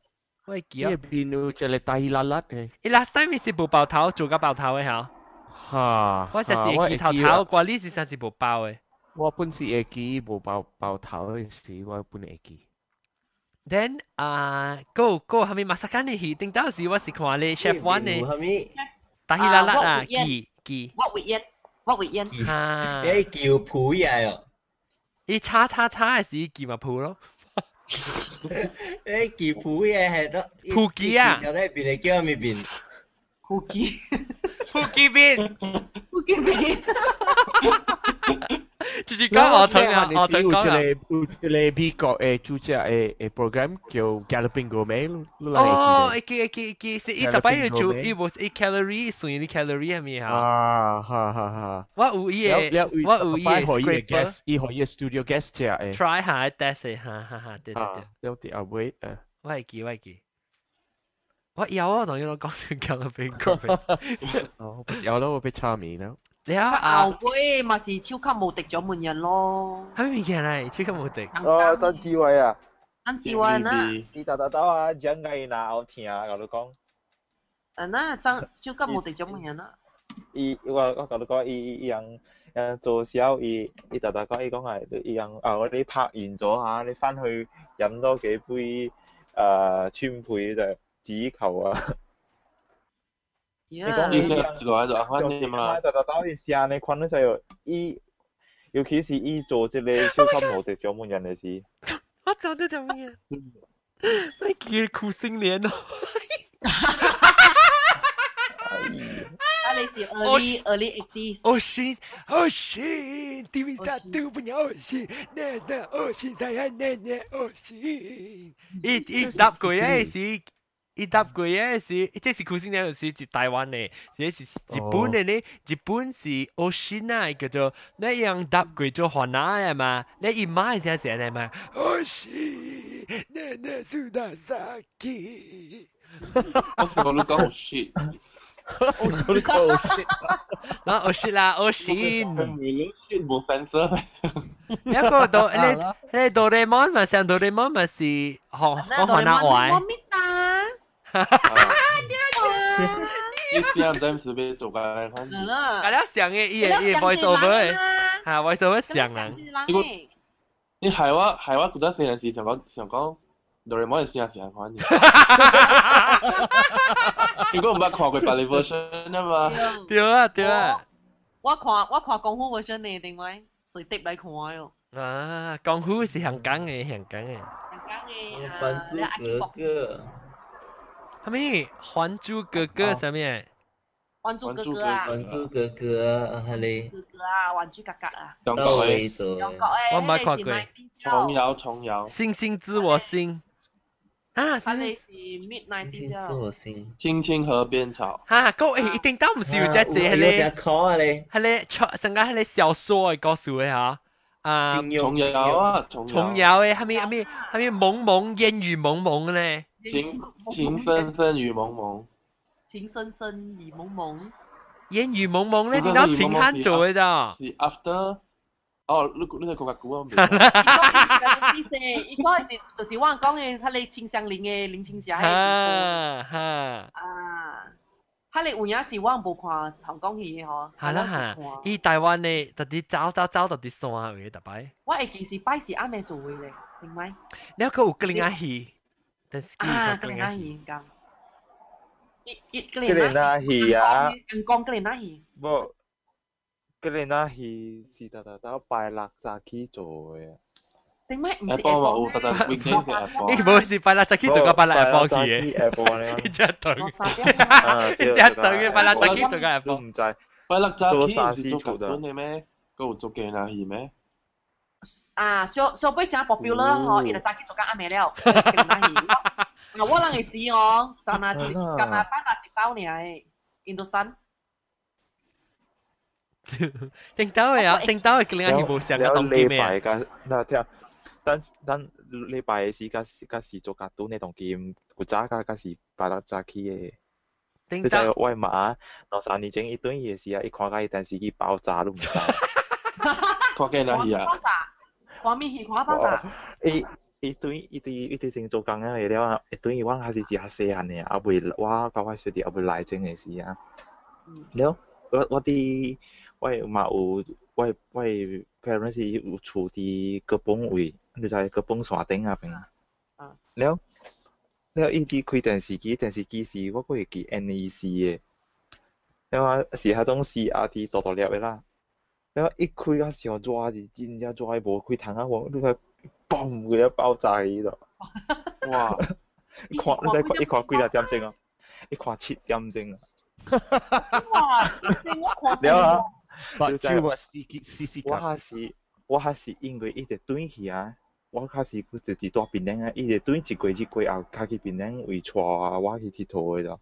我會記伊啊。邊度就係大辣辣嘅。伊 last time 是無爆頭，做個爆頭嘅嚇。嚇！我就是嚇會記頭記啊頭，我呢是實是無爆嘅。我本是會記無爆爆頭嘅事，我本會記。 Then 啊，go go 後面 masakan 嘅戲，頂到時我是看咧 chef one 嘅， Muhammad 打起啦啦啊啊，我有記記 What we yet? What we yet? 啊。你叫普嘢哦，伊叉叉叉嘅時記咪鋪咯。你叫普嘢係得普吉啊有得變你叫咩變？ Who gi- 鋪幾邊？ who give me? 就是講我同啊，我同講啊。有一個美國嘅主持嘅嘅 e, program 叫 Galloping Man，你哦，嚟記一記一記一記，是一係啦特別要變咗做，咩伊無是一 calorie 算啲 calorie 係咪得？嚇？啊，哈哈哈！我有伊了了個，我有伊個可以 scraper guest，伊可以 studio guest eh? Ah, 食嘅。 try 下 test 下，哈哈，對對對啊，，有啲阿偉誒，我會記我會記。我有啊，同伊講講到邊個邊。哦，有啦，我被差面啦。然後 Các ảo 啊， quê mà gì siêu cấp vô địch cho mình nhận lo. 係咪嘅咧？超級無敵。 Thằng 哦， Tăng, 曾志偉啊， Tăng Chi Hoan á. 你豆豆豆啊，張藝娜我聽啊，我你講， Ờ, nó Tăng siêu cấp vô địch cho mình nhận á. 伊我我甲你講，伊伊人誒做時候，伊伊豆豆講，伊講係伊人啊，我哋拍完咗嚇，你翻去飲多幾杯誒川貝就止球啊。你 Yeah. 講你伊食人。一路喺度翻你嘛大，大到一下呢，看得就有伊，尤其是伊做即个超级无敌掌门人嘅事，我走到做咩？我記得苦心連哦。 Đó là gì? Early- Osh. early 80s. 恶心，恶心，地位上都不要恶心，那那恶心才要那那恶心。一一搭过也是，一搭过也是，这是古新娘是是台湾的，这是日本的呢，日本是恶心啊，叫做那样搭过做华南的嘛，那一马一下是安尼嘛，恶心，那那苏打沙基。我成日都講好 shit， 那恶心啦，恶心。你 shit 冇 sensor。一個哆，你你哆啦 A 夢咪上哆啦 A 夢咪是學講 Nó đòi 韓南 món- 話 món，mít ta. Ờ, 你試下 James 俾做嘅，反 Đó 正 là- 係啦，上嘅伊 Cái đó 嘅伊 Tăng voice over Chi Hoan 嘅， á. 嚇 voice over 上 Tăng 人， Chi Hoan Cái con- ấy. 你係我係我覺得成件事想講想講，哆啦 A 夢試下試下看。如果唔係看佢白你 version 啊嘛， Điều. 對啊對啊，um, Quá khóa- quá khóa công phu version này, tình quái. Sự tiếp lại khóa rồi. 啊江湖是香港嘅香港嘅， Thằng Tăng ấy, à, 還珠 là ai 格 kickbox. 格，係咪《還珠格格》上面？ Hoàn Chu Hoàn Cơ Chu Cơ Cơ à. 還珠格格啊，係你 Cơ Cơ à, Hoàn Chu Cà Cà à. 想到講尾你 Ờ. 咗。 Dòng cọ ấy, Con cái mới này khoa xì quỷ. mai pin 重 châu. 有重有，星星知我心啊， Cái 星 này 星 xì midnight 先 pin 知 châu. 我先。青青河邊草。嚇，嗰個 Ờ. 一定都唔是有隻字係有隻咧， call 啊你，係咧出成間係咧小說嘅故事嘅嚇，啊正用重有啊，重重有有，嘅，係咪 Dạ. 係咪係咪懵懵煙雨蒙蒙咧？情情深深雨蒙蒙， Chính sân sân gì mông mông. 烟雨蒙蒙咧，嗰個点解雨前蒙蒙坑做嘅咋？是 after 哦，你你在讲甲久啊？ 意思伊讲是就是我讲诶，他咧清香林诶林青霞哈诶，哈，啊，他咧有影是我无看头讲伊诶吼，係啦哈，伊台灣呢，特地走走走特地山嘅特擺，我会记是拜是啱咩做嘅咧，明白？你有佢有格林阿戲，但係啊，佢格格林林阿阿戲，姨咁，一一格格林阿姨啊唔講格林阿姨，无，嗰个那是是特特到拜六早起做嘅。點解唔下是晡嘛有特特 weekend 食下你晡，冇事拜啦，就去做個拜啦拜日六波早嘅，起下晡咧 一隻隊， 啊一隻隊嘅拜啦，就去做個日都波。唔知。拜六早做起啥毋是事做做甲的蹲？诶咩？佮有做嘅那戲咩？ 啊，小小杯真 popular 吼，伊就早起做緊阿妹了，格林阿姨，啊，我人會死哦，就那就那拜那一刀爾嘅，印度山。定到嘅啊，定到嘅格林阿戲冇成個動機礼咩啊拜？嘅，嗱聽，等等禮拜嘅時，嗰時嗰時做格都呢同劍，古早嘅嗰時拜六早起嘅。定你就到喂馬，攞三年整一頓嘢事啊！一看架電視機爆炸都唔知。看嘅那戲啊？爆炸，黄面是看爆炸， 伊伊對伊對伊對先做工嘅嘢了，啊伊對我還是只較細漢嘅，啊未我甲我小弟啊未來整嘅事啊。了，我我啲我嘛有我我 parents 是有厝伫個崩位，就在個崩山頂啊邊。了了，伊啲開電視機，電視機是我會記 NEC 嘅，E 了啊是迄種 CRT 大大粒嘅啦。然後一開啊，上抓是真正抓無開窗啊，往你睇，嘣佢一爆炸喺度。哇！你看你睇看，一看幾多點鐘啊？一看七點鐘啊！哇！令我看了啊，白你知蕉啊，試結試試我 夾，還是我還是因為一直轉去啊，我還是佢直直住檳榔啊，一直轉一過一過後，卡去檳榔位坐啊，我去佚佗嘅咋。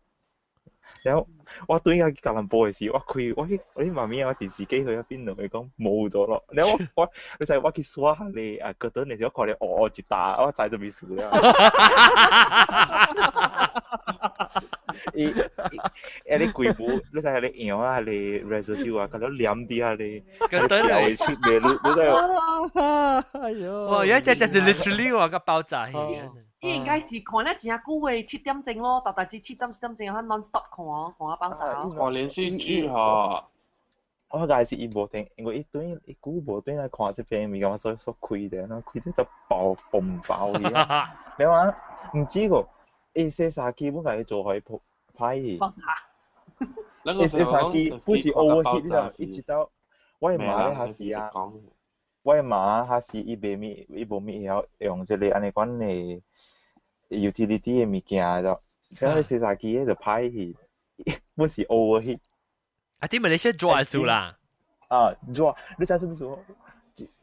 然後我轉啊去吉隆坡嘅時，我開我去我去媽咪啊，我電視機去咗邊度？佢講冇咗咯。然後我我你就我去刷下你啊，嗰陣你就看你哦哦一打，我仔就未 輸啦。伊伊啊！你鬼母，你睇下你樣啊，你 residue 啊，嗰啲黏啲啊，你嗰啲嚟你出嚟，你你睇哎呦，哇！有一隻就係 literally 話個爆炸戲啊！伊應該是看了一下久嘅七點鐘咯，特特至七點七點鐘，佢 non stop 看哦，看啊爆炸哦。哦，連續劇 吼，我介是伊無停，因為伊對伊久無對啊看即片物件，所以所以開的，那開得就爆嘣爆去啊！你話唔知個，伊些啥基本係做海鋪派去。爆炸，咱一個時些候啥講基電視本機是看到 overheat 爆炸呢？一直到我係咩媽咧啦？下你時啊。講我妈还是伊袂咪，伊无咪晓用即个安尼款诶 utility 诶物件就，然后洗衫机迄就歹去，不是 over 去 啊啲 Malaysia draw 數啦，啊，热，你知做咩做？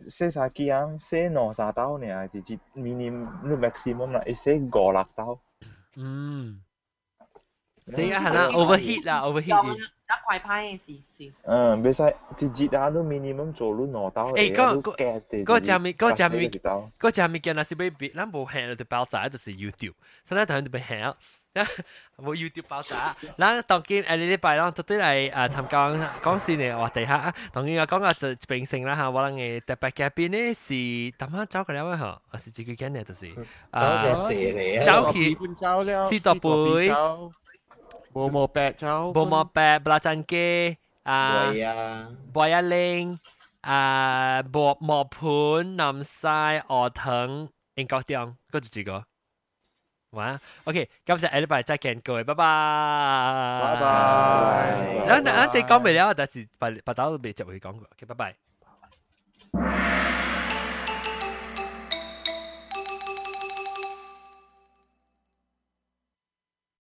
洗衫机啊，洗两三兜尔，就一 ah, minimum lah. 你 maximum 啦，会洗五六兜。嗯，嗯所以係啦，overheat 啦，overheat 一。快拍嘅事是。嗯，袂使一日啊，你 minimum 做你两兜诶，嗰個嗰嗰隻咪嗰隻咪兜。嗰隻咪叫那是被別，咱無限就爆炸，就是 YouTube，所以咱台灣就被限。 冇 YouTube 爆炸，咱當今誒你禮拜咱都對嚟誒參加講先嘅話題下，當然我講個就平成啦嚇，我哋嘅特別嘉賓呢是啱啱走過嚟位嚇，我是自己講嘅就是啊走隻地嚟啊走去半招了，四大杯無無白招，無毛白布拉真機啊。 Rồi à, บอยเล้งอ่าบวบหมอบพูนนำทรายออเถิงเองก็เตียงก็จะจีก็ว้าโอเคก็จะอธิบายจากแกนเกยบ๊ายบาย 拜拜。 แล้วนะเจ๊ก้องไปแล้วแต่สิไปไปเจ้าไปจับไปก้องก่อนโอเคบ๊ายบาย